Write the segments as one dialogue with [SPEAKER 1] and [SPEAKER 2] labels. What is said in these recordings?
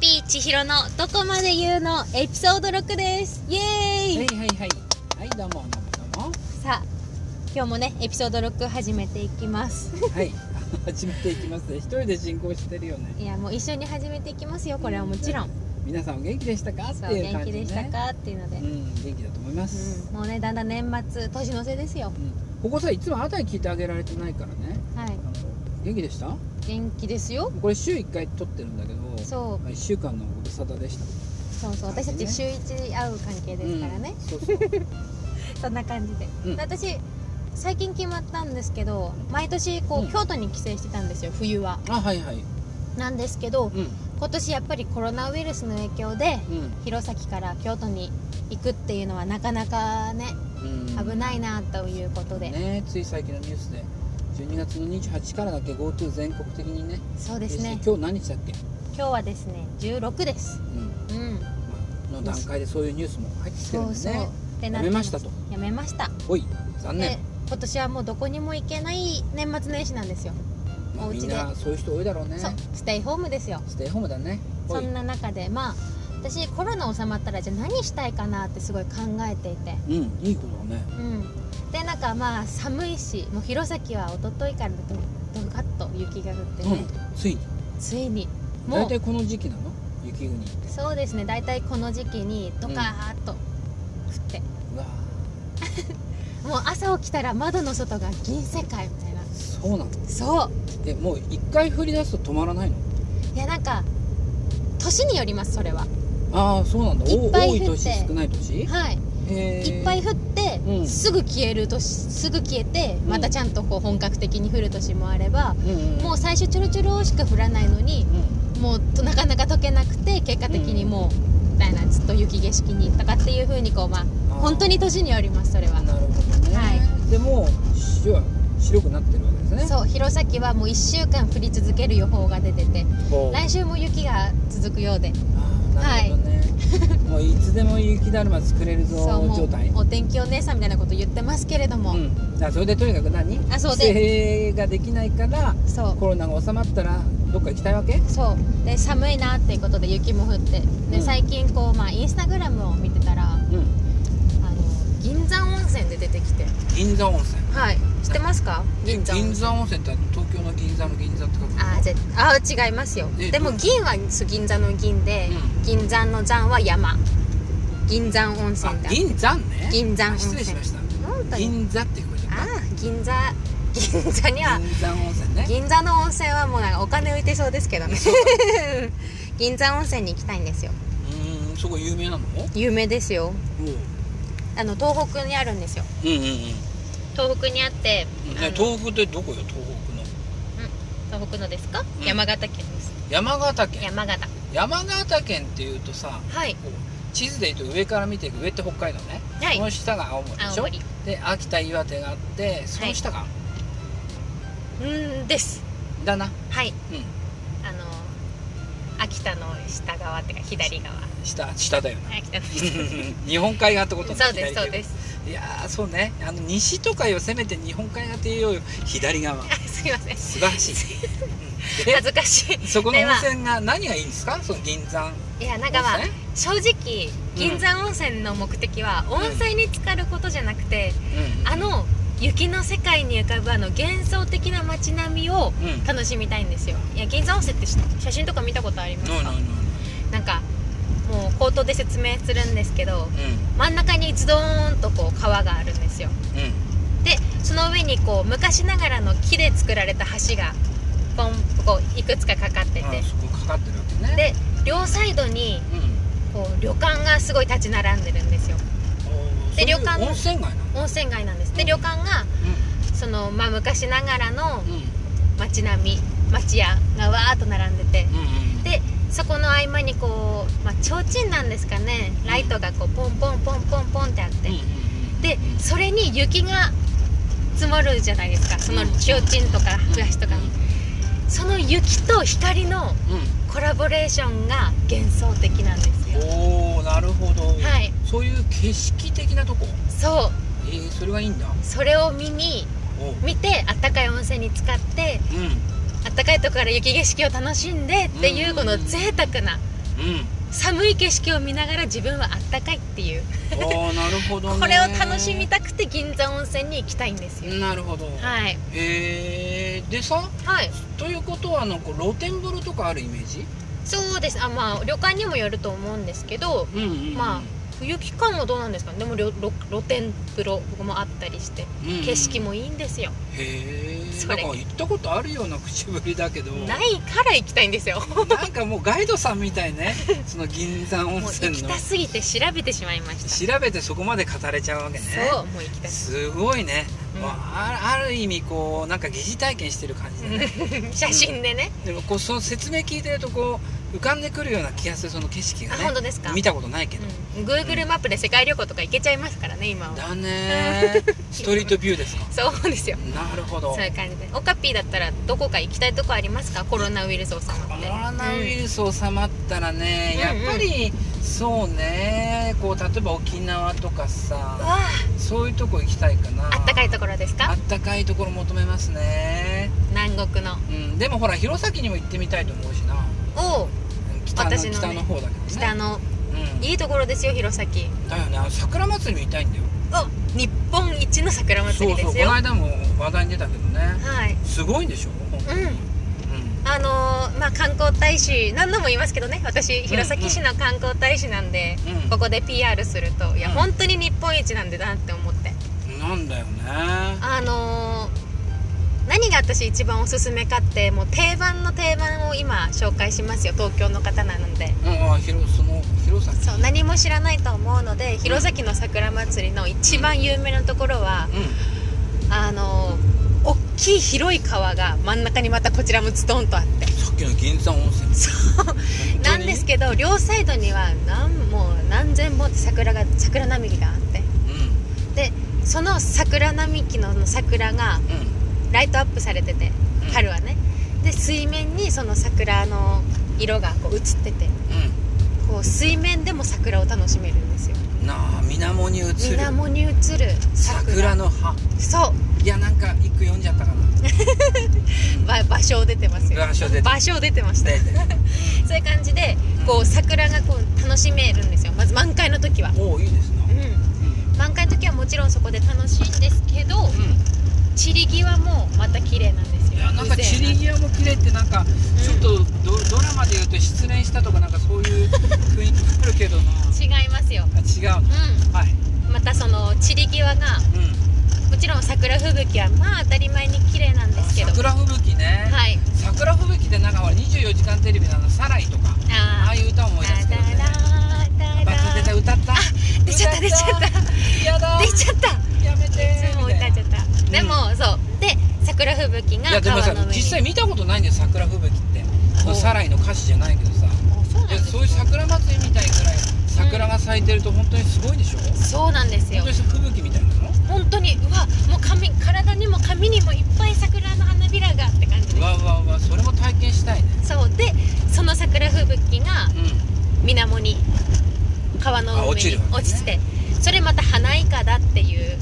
[SPEAKER 1] リー千尋のどこまで言うのエピソード6ですイエーイ、
[SPEAKER 2] はいはいはいはいどうもどうもどうも
[SPEAKER 1] さあ今日もねエピソード6始めていきます
[SPEAKER 2] はい 始めていきますね一人で進行してるよね
[SPEAKER 1] いやもう一緒に始めていきますよこれはもちろん
[SPEAKER 2] 皆さんお元気でしたかって
[SPEAKER 1] そう
[SPEAKER 2] いう
[SPEAKER 1] 元
[SPEAKER 2] 感
[SPEAKER 1] 気
[SPEAKER 2] じね
[SPEAKER 1] でしたかっていうので、
[SPEAKER 2] うん元気だと思います、
[SPEAKER 1] うんもうねだんだん年末年の瀬ですよ
[SPEAKER 2] うんここさいつもあたり聞いてあげられてないからね
[SPEAKER 1] はい
[SPEAKER 2] 元気でした
[SPEAKER 1] 元気ですよ
[SPEAKER 2] これ週1回撮ってるんだけど
[SPEAKER 1] そう
[SPEAKER 2] 1週間のご無沙汰でした
[SPEAKER 1] そうそう私たち週1会う関係ですからね
[SPEAKER 2] うん、そうそう
[SPEAKER 1] そんな感じで、
[SPEAKER 2] うん
[SPEAKER 1] で私最近決まったんですけど毎年こう、
[SPEAKER 2] うん
[SPEAKER 1] 京都に帰省してたんですよ冬は
[SPEAKER 2] あはいはい
[SPEAKER 1] なんですけど
[SPEAKER 2] うん
[SPEAKER 1] 今年やっぱりコロナウイルスの影響で
[SPEAKER 2] うん
[SPEAKER 1] 弘前から京都に行くっていうのはなかなかね
[SPEAKER 2] うん
[SPEAKER 1] 危ないなということで、
[SPEAKER 2] ねつい最近のニュースで12月の28からだっけ GoTo 全国的にね
[SPEAKER 1] そうですね
[SPEAKER 2] 今日何日だっけ、
[SPEAKER 1] 今日はですね16です
[SPEAKER 2] うん
[SPEAKER 1] うん
[SPEAKER 2] の段階でそういうニュースも入ってきてるんでね
[SPEAKER 1] で
[SPEAKER 2] や
[SPEAKER 1] なって
[SPEAKER 2] めま
[SPEAKER 1] ま
[SPEAKER 2] し
[SPEAKER 1] す
[SPEAKER 2] たと
[SPEAKER 1] やめました
[SPEAKER 2] おい残
[SPEAKER 1] で
[SPEAKER 2] 念、
[SPEAKER 1] 今年はもうどこにも行けない年末年始なんですよ、
[SPEAKER 2] まあ
[SPEAKER 1] お家
[SPEAKER 2] み
[SPEAKER 1] で
[SPEAKER 2] んなそういう人多いだろうね
[SPEAKER 1] そうステイホームですよ
[SPEAKER 2] ステイホームだねお
[SPEAKER 1] そ
[SPEAKER 2] い
[SPEAKER 1] んな中でまあ私コロナ収まったらじゃあ何したいかなってすごい考えていて
[SPEAKER 2] うんいいことだね
[SPEAKER 1] うんでなんかまあ寒いしもう弘前は一昨日からドドカッと雪が降ってね、
[SPEAKER 2] うんついに
[SPEAKER 1] ついにも
[SPEAKER 2] 大
[SPEAKER 1] う
[SPEAKER 2] 体この時期なの雪国って
[SPEAKER 1] そうですね大体この時期にドカーッと降って、
[SPEAKER 2] うわ
[SPEAKER 1] もう朝起きたら窓の外が銀世界みたいな
[SPEAKER 2] ーそうなの
[SPEAKER 1] そう
[SPEAKER 2] でもう一回降り出すと止まらないの
[SPEAKER 1] いやなんか年によりますそれは
[SPEAKER 2] ああそうなんだお
[SPEAKER 1] いっぱい降
[SPEAKER 2] 多
[SPEAKER 1] っ
[SPEAKER 2] い
[SPEAKER 1] て
[SPEAKER 2] 年少ない年
[SPEAKER 1] はい
[SPEAKER 2] へー
[SPEAKER 1] いっぱい降って、
[SPEAKER 2] うん
[SPEAKER 1] すぐ消える年すぐ消えて
[SPEAKER 2] ん
[SPEAKER 1] またちゃんとこう本格的に降る年もあれば、
[SPEAKER 2] うんうん
[SPEAKER 1] もう最初ちょろちょろしか降らないのに
[SPEAKER 2] う
[SPEAKER 1] もうとなかなか解けなくて結果的にもう、みたいなずっと雪景色にとかっていう風にこうまあ
[SPEAKER 2] んあー
[SPEAKER 1] 本当に年によりますそれは
[SPEAKER 2] なるほどね、
[SPEAKER 1] は
[SPEAKER 2] でも塩は白くなってるわけですね
[SPEAKER 1] そう弘前はもう1週間降り続ける予報が出てて
[SPEAKER 2] こう
[SPEAKER 1] 来週も雪が続くようで
[SPEAKER 2] あーなるほどね、もういつでも雪だるま作れる
[SPEAKER 1] そう
[SPEAKER 2] ぞ
[SPEAKER 1] も
[SPEAKER 2] 状態
[SPEAKER 1] うお天気お姉さんみたいなこと言ってますけれども、
[SPEAKER 2] うん、あそれでとにかく何
[SPEAKER 1] あそうで
[SPEAKER 2] 帰省ができないから
[SPEAKER 1] そう
[SPEAKER 2] コロナが収まったらどっか行きたいわけ
[SPEAKER 1] そうで寒いなっていうことで雪も降って
[SPEAKER 2] う
[SPEAKER 1] で
[SPEAKER 2] ん
[SPEAKER 1] 最近こう、まあ、インスタグラムを見てたらあの
[SPEAKER 2] うん
[SPEAKER 1] 銀山温泉で出てきて
[SPEAKER 2] 銀座温泉
[SPEAKER 1] はい知ってますか銀山温泉
[SPEAKER 2] 温泉って東京の銀座の銀座って書く
[SPEAKER 1] あーぜあー違いますよ
[SPEAKER 2] え
[SPEAKER 1] でも銀はそう銀座の銀で、
[SPEAKER 2] う
[SPEAKER 1] 銀山の山は山銀山温泉だ
[SPEAKER 2] 銀座ね
[SPEAKER 1] 銀山温
[SPEAKER 2] あ
[SPEAKER 1] 泉
[SPEAKER 2] 失礼しました
[SPEAKER 1] 本当に
[SPEAKER 2] 銀座って聞こえちゃ
[SPEAKER 1] ああ銀座銀座には
[SPEAKER 2] 銀座温泉ね
[SPEAKER 1] 銀座の温泉はもうなんかお金浮いてそうですけどね 銀座温泉に行きたいんですよ
[SPEAKER 2] うーんそこ有名なのおう
[SPEAKER 1] 有名ですよあの東北にあるんですよ
[SPEAKER 2] うんうんうん
[SPEAKER 1] 東北にあって、あの
[SPEAKER 2] え東北ってどこよ東北の
[SPEAKER 1] 東北のですか、
[SPEAKER 2] うん
[SPEAKER 1] 山形県です
[SPEAKER 2] 山形県
[SPEAKER 1] 山形
[SPEAKER 2] 山形県っていうとさ
[SPEAKER 1] はい
[SPEAKER 2] こう地図で言うと上から見ていく上って北海道ね、
[SPEAKER 1] はい
[SPEAKER 2] その下が青森でし
[SPEAKER 1] 青
[SPEAKER 2] ょ
[SPEAKER 1] 森
[SPEAKER 2] で秋田岩手があってその下が、
[SPEAKER 1] うーんです
[SPEAKER 2] だな
[SPEAKER 1] はい
[SPEAKER 2] うん
[SPEAKER 1] あの秋田の下側っていうか左 側
[SPEAKER 2] 下下だよ な
[SPEAKER 1] 秋田の下
[SPEAKER 2] 日本海側ってことね
[SPEAKER 1] そうです
[SPEAKER 2] 左手
[SPEAKER 1] そうです
[SPEAKER 2] いやーそうねあの西とかよせめて日本海側って言うよ左側
[SPEAKER 1] あすいません
[SPEAKER 2] 素晴らし いうんで
[SPEAKER 1] 恥ずかしい
[SPEAKER 2] そこの
[SPEAKER 1] で
[SPEAKER 2] 温
[SPEAKER 1] は
[SPEAKER 2] 泉が何がいいんですかその銀山
[SPEAKER 1] いやなんかまあ
[SPEAKER 2] 温泉
[SPEAKER 1] 正直銀山温泉の目的は温泉に浸かることじゃなくて、あの雪の世界に浮かぶあの幻想的な街並みを
[SPEAKER 2] うんうん
[SPEAKER 1] 楽しみたいんですよいや銀山温泉ってし写真とか見たことあります
[SPEAKER 2] ノーノー
[SPEAKER 1] か
[SPEAKER 2] ノー
[SPEAKER 1] なんかもう口頭で説明するんですけど
[SPEAKER 2] うん
[SPEAKER 1] 真ん中にズドーンとこう川があるんですよ
[SPEAKER 2] うん
[SPEAKER 1] でその上にこう昔ながらの木で作られた橋がポンこういくつかかかって
[SPEAKER 2] あ
[SPEAKER 1] て
[SPEAKER 2] そこかかってるわけ
[SPEAKER 1] で
[SPEAKER 2] ね
[SPEAKER 1] 両サイドに
[SPEAKER 2] うん
[SPEAKER 1] こう旅館がすごい立ち並んでるんですよ
[SPEAKER 2] おー
[SPEAKER 1] で
[SPEAKER 2] そういう
[SPEAKER 1] 旅館の
[SPEAKER 2] 温泉街なの
[SPEAKER 1] 温泉街なんですで旅館がその、まあ、昔ながらの
[SPEAKER 2] うんうん
[SPEAKER 1] 街並み町屋がわーっと並んでて
[SPEAKER 2] うんうん
[SPEAKER 1] でそこの合間にこう、まあ、提灯なんですかねライトがこうポンポンポンポンポンってあって
[SPEAKER 2] うんうんうん
[SPEAKER 1] でそれに雪が積もるじゃないですかその提灯とか暮らしとかにその雪と光の
[SPEAKER 2] う
[SPEAKER 1] コラボレーションが幻想的なんですよ
[SPEAKER 2] ん、おおなるほど、
[SPEAKER 1] はい
[SPEAKER 2] そういう景色的なとこ
[SPEAKER 1] そ
[SPEAKER 2] えー、それがいいんだ
[SPEAKER 1] うそれを見に
[SPEAKER 2] おう
[SPEAKER 1] 見てあったかい温泉に浸かって
[SPEAKER 2] うん
[SPEAKER 1] あったかいところから雪景色を楽しんでっていうこの贅沢な 寒い景色を見ながら自分はあったかいっていう
[SPEAKER 2] うんおーなるほどね
[SPEAKER 1] これを楽しみたくて銀山温泉に行きたいんですよ、
[SPEAKER 2] なるほど、
[SPEAKER 1] はい
[SPEAKER 2] えー、でさ
[SPEAKER 1] はい
[SPEAKER 2] ということはなんか露天風呂とかあるイメージ
[SPEAKER 1] そうですあまあ旅館にもよると思うんですけど
[SPEAKER 2] うんうん、うん、
[SPEAKER 1] まあ冬期間もどうなんですかねでも露露露天風呂もあったりして
[SPEAKER 2] うんうん
[SPEAKER 1] 景色もいいんですよ、
[SPEAKER 2] へえ
[SPEAKER 1] そ
[SPEAKER 2] なん
[SPEAKER 1] れ
[SPEAKER 2] か行ったことあるような口ぶりだけど
[SPEAKER 1] ないから行きたいんです よ
[SPEAKER 2] なんかもうガイドさんみたいねその銀山
[SPEAKER 1] も
[SPEAKER 2] 温
[SPEAKER 1] う行
[SPEAKER 2] 泉
[SPEAKER 1] き
[SPEAKER 2] の
[SPEAKER 1] たすぎて調べてしまいました
[SPEAKER 2] 調べてそこまで語れちゃうわけね
[SPEAKER 1] そうもう行きたす
[SPEAKER 2] すごいね、
[SPEAKER 1] うん
[SPEAKER 2] まあ、あるある意味こうなんか疑似体験してる感じで ね
[SPEAKER 1] 写真でね、
[SPEAKER 2] でもこうその説明聞いてるとこう浮かんでくるような気がするその景色が
[SPEAKER 1] あ本
[SPEAKER 2] ね
[SPEAKER 1] 当ですか
[SPEAKER 2] 見たことないけど、
[SPEAKER 1] うん、Google マップで世界旅行とか行けちゃいますからね今は
[SPEAKER 2] だねーストリートビューですか
[SPEAKER 1] そうですよ
[SPEAKER 2] なるほど
[SPEAKER 1] そういう感じでオカピーだったらどこか行きたいとこありますかコロナウイルス収まって
[SPEAKER 2] コロナウイルス収まったらね、
[SPEAKER 1] うん
[SPEAKER 2] やっぱりそうねこう例えば沖縄とか
[SPEAKER 1] うん
[SPEAKER 2] さ
[SPEAKER 1] わ
[SPEAKER 2] そういうとこ行きたいかな
[SPEAKER 1] ああったかいところです
[SPEAKER 2] あ
[SPEAKER 1] か
[SPEAKER 2] ったかいところ求めますね、
[SPEAKER 1] 南国の
[SPEAKER 2] うん、でもほら弘前にも行ってみたいと思うしな
[SPEAKER 1] お
[SPEAKER 2] 北の
[SPEAKER 1] 私のね
[SPEAKER 2] 北の方だけどね
[SPEAKER 1] 下の
[SPEAKER 2] うん、
[SPEAKER 1] いいところですよ弘前
[SPEAKER 2] だよねあの桜祭りも行きたいんだよ
[SPEAKER 1] お日本一の桜祭
[SPEAKER 2] そ
[SPEAKER 1] り
[SPEAKER 2] う
[SPEAKER 1] で
[SPEAKER 2] そう
[SPEAKER 1] す
[SPEAKER 2] この
[SPEAKER 1] よ
[SPEAKER 2] 間も話題に出たけどね
[SPEAKER 1] はい
[SPEAKER 2] すごいんでしょ、う
[SPEAKER 1] うん
[SPEAKER 2] ん、
[SPEAKER 1] あのーまあ観光大使何度も言いますけどね私
[SPEAKER 2] ん
[SPEAKER 1] 弘前市の観光大使なんで、
[SPEAKER 2] うん
[SPEAKER 1] ここで PR するといや、
[SPEAKER 2] うん
[SPEAKER 1] 本当に日本一なんだなって思って
[SPEAKER 2] なんだよね
[SPEAKER 1] あのー何が私一番おすすめかってもう定番の定番を今紹介しますよ東京の方なので
[SPEAKER 2] うんあ広その広さ
[SPEAKER 1] そう何も知らないと思うので弘前の桜祭りの一番有名なところは
[SPEAKER 2] うん
[SPEAKER 1] あのー大きい広い川が真ん中にまたこちらもズドンとあって
[SPEAKER 2] さっきの銀山温泉
[SPEAKER 1] そう
[SPEAKER 2] 本当
[SPEAKER 1] な
[SPEAKER 2] に
[SPEAKER 1] んですけど両サイドには何もう何千本って桜が桜並木があって
[SPEAKER 2] うん
[SPEAKER 1] でその桜並木の桜が
[SPEAKER 2] うん
[SPEAKER 1] ライトアップされてて
[SPEAKER 2] うん
[SPEAKER 1] 春はねで水面にその桜の色がこう映っててこう水面でも桜を楽しめるんですよ
[SPEAKER 2] うんなあ水面に映る
[SPEAKER 1] 水面に映る桜
[SPEAKER 2] 桜の葉
[SPEAKER 1] そ
[SPEAKER 2] いやなんか一句読んじゃったかな
[SPEAKER 1] うば場所出てますよ
[SPEAKER 2] 場所で
[SPEAKER 1] 場所出てましたそういう感じでこう桜がこう楽しめるんですよまず満開の時は
[SPEAKER 2] おおいいですな
[SPEAKER 1] うん満開の時はもちろんそこで楽しいんですけど
[SPEAKER 2] うん
[SPEAKER 1] 散り際もまた綺麗なんです
[SPEAKER 2] い
[SPEAKER 1] よ
[SPEAKER 2] やなんか散り際も綺麗ってなんかちょっとドドラマで言うと失恋したとかなんかそういう雰囲気くるけどな
[SPEAKER 1] 違いますよ
[SPEAKER 2] あ違うの
[SPEAKER 1] う
[SPEAKER 2] はい
[SPEAKER 1] んまたその散り際が
[SPEAKER 2] うん
[SPEAKER 1] もちろん桜吹雪はまあ当たり前に綺麗なんですけど
[SPEAKER 2] 桜吹雪ね
[SPEAKER 1] はい
[SPEAKER 2] 桜吹雪でなんかほら24時間テレビのあのサライとかあ
[SPEAKER 1] あ
[SPEAKER 2] あいう歌を思い出すけどね
[SPEAKER 1] あ
[SPEAKER 2] バツ出た歌った
[SPEAKER 1] 出ちゃった出ちゃった
[SPEAKER 2] やだ
[SPEAKER 1] 出ちゃった
[SPEAKER 2] やめて
[SPEAKER 1] いつも歌っちゃったでもそうで桜吹雪
[SPEAKER 2] いや
[SPEAKER 1] が
[SPEAKER 2] でも
[SPEAKER 1] 川
[SPEAKER 2] さ
[SPEAKER 1] の上に
[SPEAKER 2] 実際見たことないんだよ桜吹雪ってそのサライの歌詞じゃないけどさ
[SPEAKER 1] あそうなん
[SPEAKER 2] いや
[SPEAKER 1] です
[SPEAKER 2] そういう桜祭りみたいぐらい桜が咲いてると本当にすごいでしょ、
[SPEAKER 1] そうなんですよ
[SPEAKER 2] 本当に吹雪みたいなの
[SPEAKER 1] 本当にうわもう髪体にも髪にもいっぱい桜の花びらがって感じ
[SPEAKER 2] う
[SPEAKER 1] で
[SPEAKER 2] わうわうわそれも体験したいね
[SPEAKER 1] すそうでその桜吹雪が
[SPEAKER 2] う
[SPEAKER 1] 水面に川の上
[SPEAKER 2] あ
[SPEAKER 1] に
[SPEAKER 2] 落ちるわけね
[SPEAKER 1] 落ちてそれまた花いかだっていう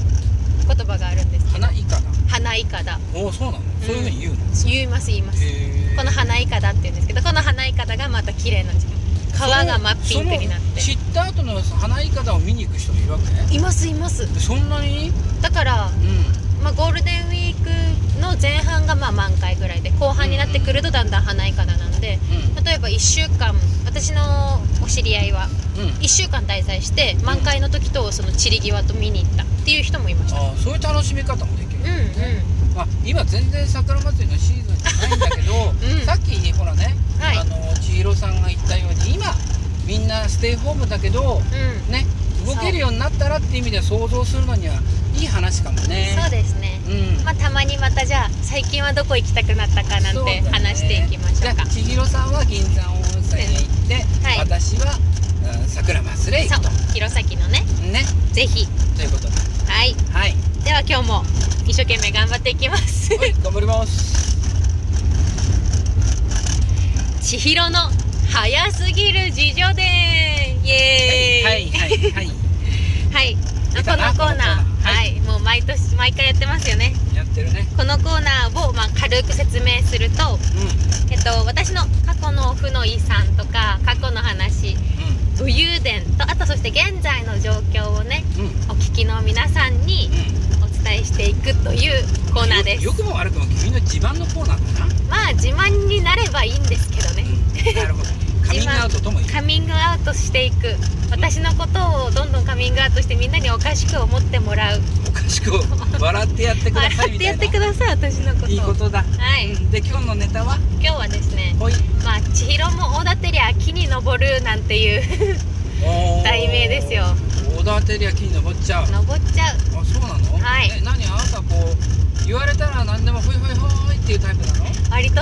[SPEAKER 1] 言葉があるんです
[SPEAKER 2] ん花いかだ
[SPEAKER 1] 花いかだ
[SPEAKER 2] おおそうなの、そういうふうに言うの
[SPEAKER 1] 言います言います
[SPEAKER 2] へえ
[SPEAKER 1] この花いかだって言うんですけどこの花いかだがまた綺麗なんですよ川が真っピンクになっ
[SPEAKER 2] そ
[SPEAKER 1] て
[SPEAKER 2] の知った後の花いかだを見に行く人もいるわけね
[SPEAKER 1] いますいます
[SPEAKER 2] そんなに
[SPEAKER 1] だから、
[SPEAKER 2] う
[SPEAKER 1] まあ、ゴールデンウィークの前半がまあ満開ぐらいで後半になってくるとだんだん花いかだなので
[SPEAKER 2] んうん
[SPEAKER 1] 例えば1週間私のお知り合いは
[SPEAKER 2] うん
[SPEAKER 1] 1週間滞在して満開の時とその散り際と見に行ったっていう人もいました
[SPEAKER 2] あーそういう楽しみ方もできる
[SPEAKER 1] うんうん
[SPEAKER 2] まあ、今全然桜祭りのシーズンじゃないんだ けど、
[SPEAKER 1] ん
[SPEAKER 2] さっきほらね、
[SPEAKER 1] はい
[SPEAKER 2] あの千尋さんが言ったように今みんなステイホームだけど
[SPEAKER 1] うん
[SPEAKER 2] ね動けるようになったらっていう意味で想像するのにはいい話かもね
[SPEAKER 1] そうですね
[SPEAKER 2] うん
[SPEAKER 1] まあたまにまたじゃあ最近はどこ行きたくなったかなん
[SPEAKER 2] そうだ
[SPEAKER 1] て
[SPEAKER 2] ね
[SPEAKER 1] 話していきましょうか
[SPEAKER 2] じゃあ千尋さんは銀山温泉に行って、
[SPEAKER 1] はい
[SPEAKER 2] 私は、うん、桜祭りへ行く
[SPEAKER 1] そ
[SPEAKER 2] と
[SPEAKER 1] う弘前のね
[SPEAKER 2] ね
[SPEAKER 1] ぜひ
[SPEAKER 2] ということで
[SPEAKER 1] はい
[SPEAKER 2] はい、
[SPEAKER 1] では今日も一生懸命頑張っていき ます
[SPEAKER 2] はい、頑張ります
[SPEAKER 1] 千尋の早すぎる事情でイエーイ
[SPEAKER 2] はいはいはい
[SPEAKER 1] はい、
[SPEAKER 2] 出
[SPEAKER 1] こ
[SPEAKER 2] た
[SPEAKER 1] の
[SPEAKER 2] な
[SPEAKER 1] コーナー
[SPEAKER 2] このコーナー
[SPEAKER 1] はい、もう毎年毎回やってますよね
[SPEAKER 2] やってってるね
[SPEAKER 1] このコーナーを、まあ、軽く説明すると、
[SPEAKER 2] う
[SPEAKER 1] えっと、私の過去の負の遺産とか過去の話武勇伝とあとそして現在の状況をね
[SPEAKER 2] んうんうん
[SPEAKER 1] お聞きの皆さんにお伝えしていくというコーナーです
[SPEAKER 2] よよくも悪くも君の自慢のコーナーだな、
[SPEAKER 1] まあ自慢になればいいんですけどね
[SPEAKER 2] うん、なるほどカミングアウトとも言う
[SPEAKER 1] カミングアウトしていく私のことをどんどんカミングアウトしてみんなにおかしく思ってもらう
[SPEAKER 2] おかしく笑ってやってくださ
[SPEAKER 1] 笑っ
[SPEAKER 2] いみ
[SPEAKER 1] て
[SPEAKER 2] た
[SPEAKER 1] や
[SPEAKER 2] い
[SPEAKER 1] っ
[SPEAKER 2] な
[SPEAKER 1] てください私のことを
[SPEAKER 2] いいことだ
[SPEAKER 1] はい
[SPEAKER 2] で今日のネタは
[SPEAKER 1] 今日はですね
[SPEAKER 2] ほい
[SPEAKER 1] まあ千尋も大立りゃ木に登るなんていう
[SPEAKER 2] おー
[SPEAKER 1] 題名ですよ
[SPEAKER 2] オーダーテリア木に登っちゃう
[SPEAKER 1] 登っちゃう
[SPEAKER 2] あそうなの
[SPEAKER 1] はい
[SPEAKER 2] え何あなたこう言われたら何でもほいほいほいっていうタイプなの
[SPEAKER 1] 割と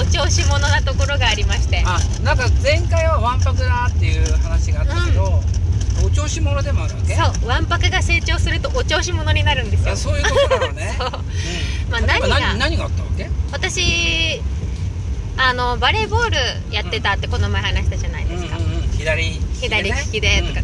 [SPEAKER 1] お調子者なところがありまして
[SPEAKER 2] あなんか前回はわんぱくだっていう話があったけど、お調子者でもあるわけ
[SPEAKER 1] そうわんぱくが成長するとお調子者になるんですよ
[SPEAKER 2] あそういうところなのね
[SPEAKER 1] そう
[SPEAKER 2] うん
[SPEAKER 1] まあ
[SPEAKER 2] 例え
[SPEAKER 1] 何が
[SPEAKER 2] ば何何があったわけ
[SPEAKER 1] 私あのバレーボールやってたってこの前話したじゃないですか、
[SPEAKER 2] うんうんうん左利きでね
[SPEAKER 1] 左利きでとか、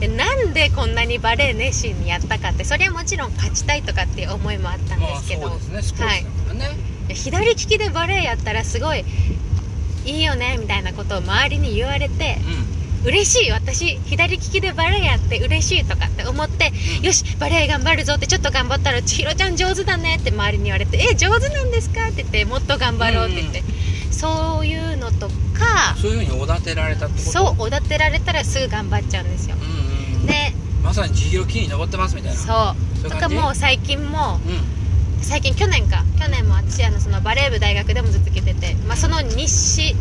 [SPEAKER 1] でなんでこんなにバレー熱心にやったかってそれはもちろん勝ちたいとかっていう思いもあったん
[SPEAKER 2] ま
[SPEAKER 1] で
[SPEAKER 2] あ
[SPEAKER 1] すけど、
[SPEAKER 2] そうですねスポーツだからね、
[SPEAKER 1] 左利きでバレーやったらすごいいいよねみたいなことを周りに言われて嬉しい私左利きでバレーやって嬉しいとかって思ってよしバレー頑張るぞってちょっと頑張ったら千尋ちゃん上手だねって周りに言われてえ上手なんですかって言ってもっと頑張ろうって言って、そういうのとか
[SPEAKER 2] うん、そういうふうにおだてられたってこと
[SPEAKER 1] そうおだてられたらすぐ頑張っちゃうんですよ
[SPEAKER 2] う、んうん、
[SPEAKER 1] で
[SPEAKER 2] まさに千尋木に登ってますみたいな
[SPEAKER 1] そう
[SPEAKER 2] そうい
[SPEAKER 1] と
[SPEAKER 2] う感
[SPEAKER 1] か
[SPEAKER 2] じ
[SPEAKER 1] もう最近も
[SPEAKER 2] うん
[SPEAKER 1] 最近去年か去年も私あのそのバレー部大学でも続けてて、まあ、その日誌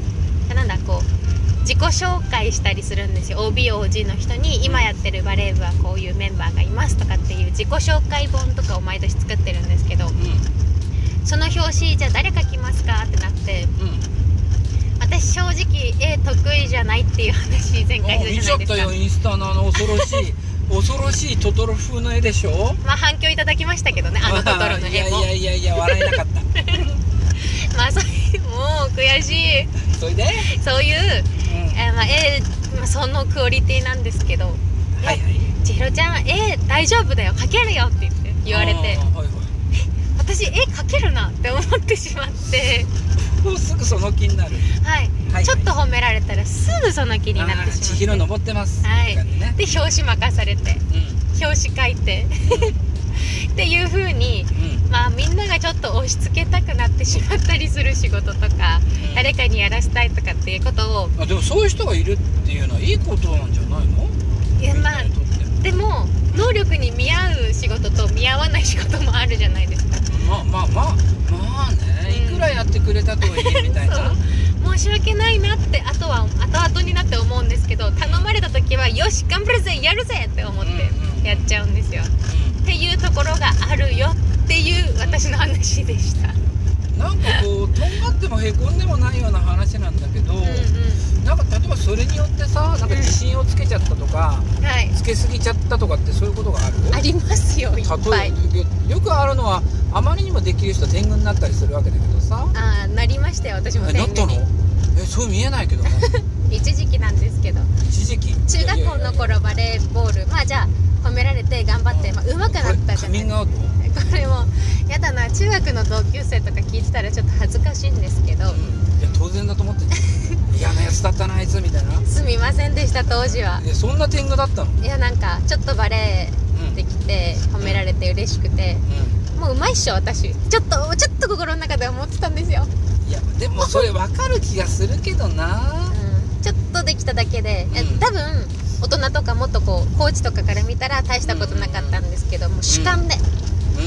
[SPEAKER 1] なんだこう自己紹介したりするんですよ OBOG の人に今やってるバレー部はこういうメンバーがいますとかっていう自己紹介本とかを毎年作ってるんですけど
[SPEAKER 2] う
[SPEAKER 1] その表紙じゃあ誰書きますかってなって
[SPEAKER 2] んうん
[SPEAKER 1] 私正直絵得意じゃないっていう話前回
[SPEAKER 2] もう
[SPEAKER 1] し
[SPEAKER 2] 見
[SPEAKER 1] た
[SPEAKER 2] ち
[SPEAKER 1] じ
[SPEAKER 2] ゃ
[SPEAKER 1] ゃ
[SPEAKER 2] っ
[SPEAKER 1] ないです
[SPEAKER 2] たよ
[SPEAKER 1] か
[SPEAKER 2] インスタのあの恐ろし い恐ろしいトトロ風の絵でしょ
[SPEAKER 1] まあ反響いただきましたけどねあのトトロの
[SPEAKER 2] いや
[SPEAKER 1] 絵
[SPEAKER 2] い
[SPEAKER 1] も
[SPEAKER 2] やいやいや笑えなかった
[SPEAKER 1] まあそういうもう悔しい
[SPEAKER 2] それで、
[SPEAKER 1] そういう
[SPEAKER 2] うん、はい
[SPEAKER 1] えーまあ、A まあそのクオリティなんですけど
[SPEAKER 2] はい
[SPEAKER 1] 「千尋ちゃん A 大丈夫だよ描けるよ」って言って言われて
[SPEAKER 2] あーはいはい
[SPEAKER 1] 私絵描けるなって思ってしまって、
[SPEAKER 2] もうすぐその気になる
[SPEAKER 1] はい
[SPEAKER 2] はい
[SPEAKER 1] ちょっと褒められたらすぐその気になって
[SPEAKER 2] あー千
[SPEAKER 1] しまっ
[SPEAKER 2] 尋
[SPEAKER 1] て
[SPEAKER 2] 登ってます
[SPEAKER 1] はい
[SPEAKER 2] って感じね
[SPEAKER 1] で表紙任されて表紙書いて っていう風に
[SPEAKER 2] うんうん
[SPEAKER 1] まあみんながちょっと押し付けたくなってしまったりする仕事とか
[SPEAKER 2] うん
[SPEAKER 1] 誰かにやらせたいとかっていうことを
[SPEAKER 2] あでもそういう人がいるっていうのはいいことなんじゃないの
[SPEAKER 1] いやまあ
[SPEAKER 2] みんなにとっ
[SPEAKER 1] で
[SPEAKER 2] て
[SPEAKER 1] も能力に見合う仕事と見合わない仕事もあるじゃないですか
[SPEAKER 2] まあまあまあまあね、
[SPEAKER 1] うん
[SPEAKER 2] いくらやってくれたとはいえみた いな
[SPEAKER 1] そう申し訳ないなってあとは後々になって思うんですけど頼まれた時はよし頑張るぜやるぜって思っ
[SPEAKER 2] うんうん
[SPEAKER 1] てやっちゃうんですよ、っていうところがあるよっていう私の話でした
[SPEAKER 2] なんかこうとんがってもへこんでもないような話なんだけど、
[SPEAKER 1] うんうん
[SPEAKER 2] なんか例えばそれによってさなんか自信をつけちゃったとか、
[SPEAKER 1] はい
[SPEAKER 2] つけすぎちゃったとかってそういうことがある
[SPEAKER 1] ありますよいっぱ
[SPEAKER 2] 例え
[SPEAKER 1] い
[SPEAKER 2] ばよくあるのはあまりにもできる人は天狗になったりするわけだけどさ
[SPEAKER 1] ああなりましたよ私も
[SPEAKER 2] えなったのえそう見えない けどね
[SPEAKER 1] 一時期なんですけど
[SPEAKER 2] 一時期
[SPEAKER 1] 中学校の頃バレーボールまあじゃあ褒められて頑張って、まあ、上手くなったじゃ
[SPEAKER 2] これカ
[SPEAKER 1] な
[SPEAKER 2] ミ
[SPEAKER 1] い
[SPEAKER 2] ングアウト
[SPEAKER 1] これもやだな中学の同級生とか聞いてたらちょっと恥ずかしいんですけど、
[SPEAKER 2] いや当然だと思っ てんじゃん嫌なやつだったなあいつみたいな
[SPEAKER 1] すみませんでした当時は
[SPEAKER 2] えそんな天狗だったの
[SPEAKER 1] いやなんかちょっとバレ
[SPEAKER 2] う
[SPEAKER 1] エできて褒められて嬉しくて
[SPEAKER 2] う
[SPEAKER 1] もううまいっしょ私ちょっとちょっと心の中で思ってたんですよ、
[SPEAKER 2] んいやでもそれ分かる気がするけどな
[SPEAKER 1] うん、ちょっとできただけで、え
[SPEAKER 2] うん
[SPEAKER 1] 多分大人とかもっとこうコーチとかから見たら大したことなかったんですけどもう主観で、
[SPEAKER 2] うん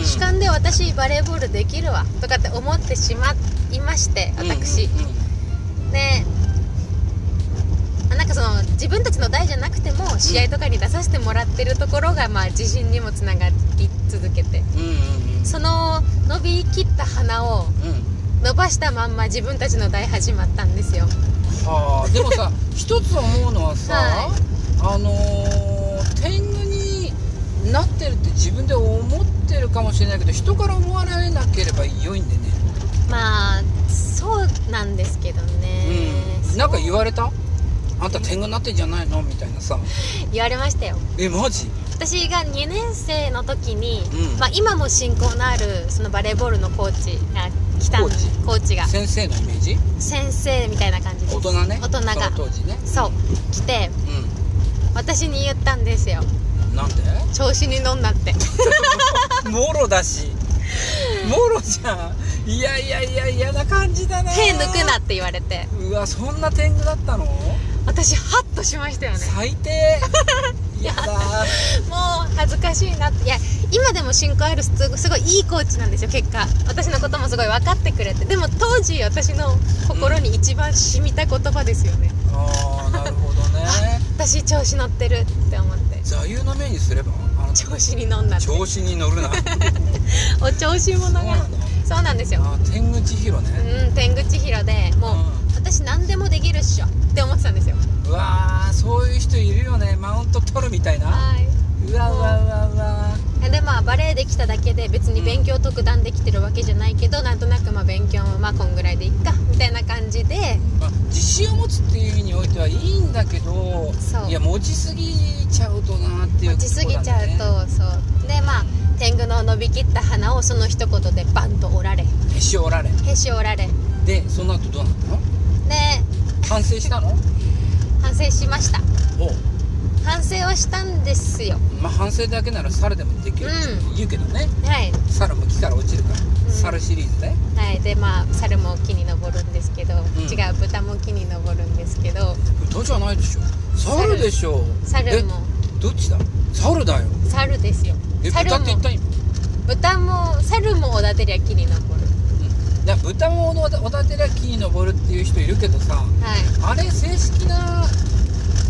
[SPEAKER 1] 主観で私バレーボールできるわとかって思ってしまいまして私、
[SPEAKER 2] うんうんうん
[SPEAKER 1] ねあなんかその自分たちの代じゃなくても試合とかに出させてもらってるところがまあ自信にもつながり続けて
[SPEAKER 2] うんうん
[SPEAKER 1] その伸びきった鼻を
[SPEAKER 2] うんうん
[SPEAKER 1] 伸ばしたまんま自分たちの代始まったんですよ
[SPEAKER 2] はあでもさ一つ思うのはさ、
[SPEAKER 1] はい
[SPEAKER 2] あのー天狗になってるって自分で思ってるかもしれないけど人から思われなければ良いんでね、
[SPEAKER 1] まあそうなんですけどね、
[SPEAKER 2] うんなんか言われたあんた天狗になってんじゃないのみたいなさ
[SPEAKER 1] 言われましたよ
[SPEAKER 2] えマジ
[SPEAKER 1] 私が2年生の時に、
[SPEAKER 2] うん
[SPEAKER 1] まあ、今も親交のあるそのバレーボールのコーチあ北の
[SPEAKER 2] コーチ
[SPEAKER 1] コーチが
[SPEAKER 2] 先生のイメージ
[SPEAKER 1] 先生みたいな感じで
[SPEAKER 2] 大人ね
[SPEAKER 1] 大人が
[SPEAKER 2] その当時ね
[SPEAKER 1] そう来て私に言ったんですよ
[SPEAKER 2] うんなんで
[SPEAKER 1] 調子に乗んなって
[SPEAKER 2] もろだしもろじゃんいやいやいや嫌な感じだな
[SPEAKER 1] 手抜くなって言われて
[SPEAKER 2] うわそんな天狗だったの
[SPEAKER 1] 私ハッとしましたよね
[SPEAKER 2] 最 低やだ
[SPEAKER 1] もう恥ずかしいなっていや今でも親交あるすすごいいいコーチなんですよ結果私のこともすごい分かってくれてでも当時私の心に一番染みた言葉ですよね、
[SPEAKER 2] あーなるほどね
[SPEAKER 1] 私調子乗ってるって思って
[SPEAKER 2] 座右の銘にすればあの
[SPEAKER 1] 調子に乗んなって
[SPEAKER 2] 調子に乗るな
[SPEAKER 1] お調子者が
[SPEAKER 2] そ
[SPEAKER 1] そ
[SPEAKER 2] うなんだ
[SPEAKER 1] うなんですよ
[SPEAKER 2] あー天狗千尋ね、
[SPEAKER 1] うん天狗千尋でもう、
[SPEAKER 2] う
[SPEAKER 1] 私何でもできるっしょって思ってたんですよ
[SPEAKER 2] うわーそういう人いるよねマウント取るみたいな
[SPEAKER 1] はいう
[SPEAKER 2] わうわうわうわ
[SPEAKER 1] でまあバレエできただけで別に勉強特段できてるわけじゃないけど、なんとなくまあ勉強もまあこんぐらいでいっかみたいな感じで
[SPEAKER 2] まあ、自信を持つっていう意味においてはいいんだけど
[SPEAKER 1] そう
[SPEAKER 2] や持ちすぎちゃうとなっていう
[SPEAKER 1] 持ちすぎちゃう
[SPEAKER 2] ところだね
[SPEAKER 1] とそうでまあ天狗の伸びきった花をその一言でバンと折られ
[SPEAKER 2] へし折られ
[SPEAKER 1] へし折られで
[SPEAKER 2] でその後どうなったの反省したの
[SPEAKER 1] 反省しました
[SPEAKER 2] おう
[SPEAKER 1] 反省はしたんですよ
[SPEAKER 2] まあ反省だけなら猿でもできるって言うけどね、
[SPEAKER 1] はい
[SPEAKER 2] 猿も木から落ちるから、
[SPEAKER 1] ん
[SPEAKER 2] 猿シリーズね
[SPEAKER 1] はいでまあ猿も木に登るんですけど、
[SPEAKER 2] ん
[SPEAKER 1] 違う豚も木に登るんですけど
[SPEAKER 2] 豚じゃないでしょ猿でしょ
[SPEAKER 1] 猿も
[SPEAKER 2] えどっちだ猿だよ
[SPEAKER 1] 猿ですよ
[SPEAKER 2] え
[SPEAKER 1] 猿
[SPEAKER 2] 豚って言
[SPEAKER 1] も
[SPEAKER 2] った今、
[SPEAKER 1] 豚も猿もおだてりゃ木に登る
[SPEAKER 2] うん、だから豚もおだてら木に登るっていう人いるけどさ
[SPEAKER 1] はい
[SPEAKER 2] あれ正式な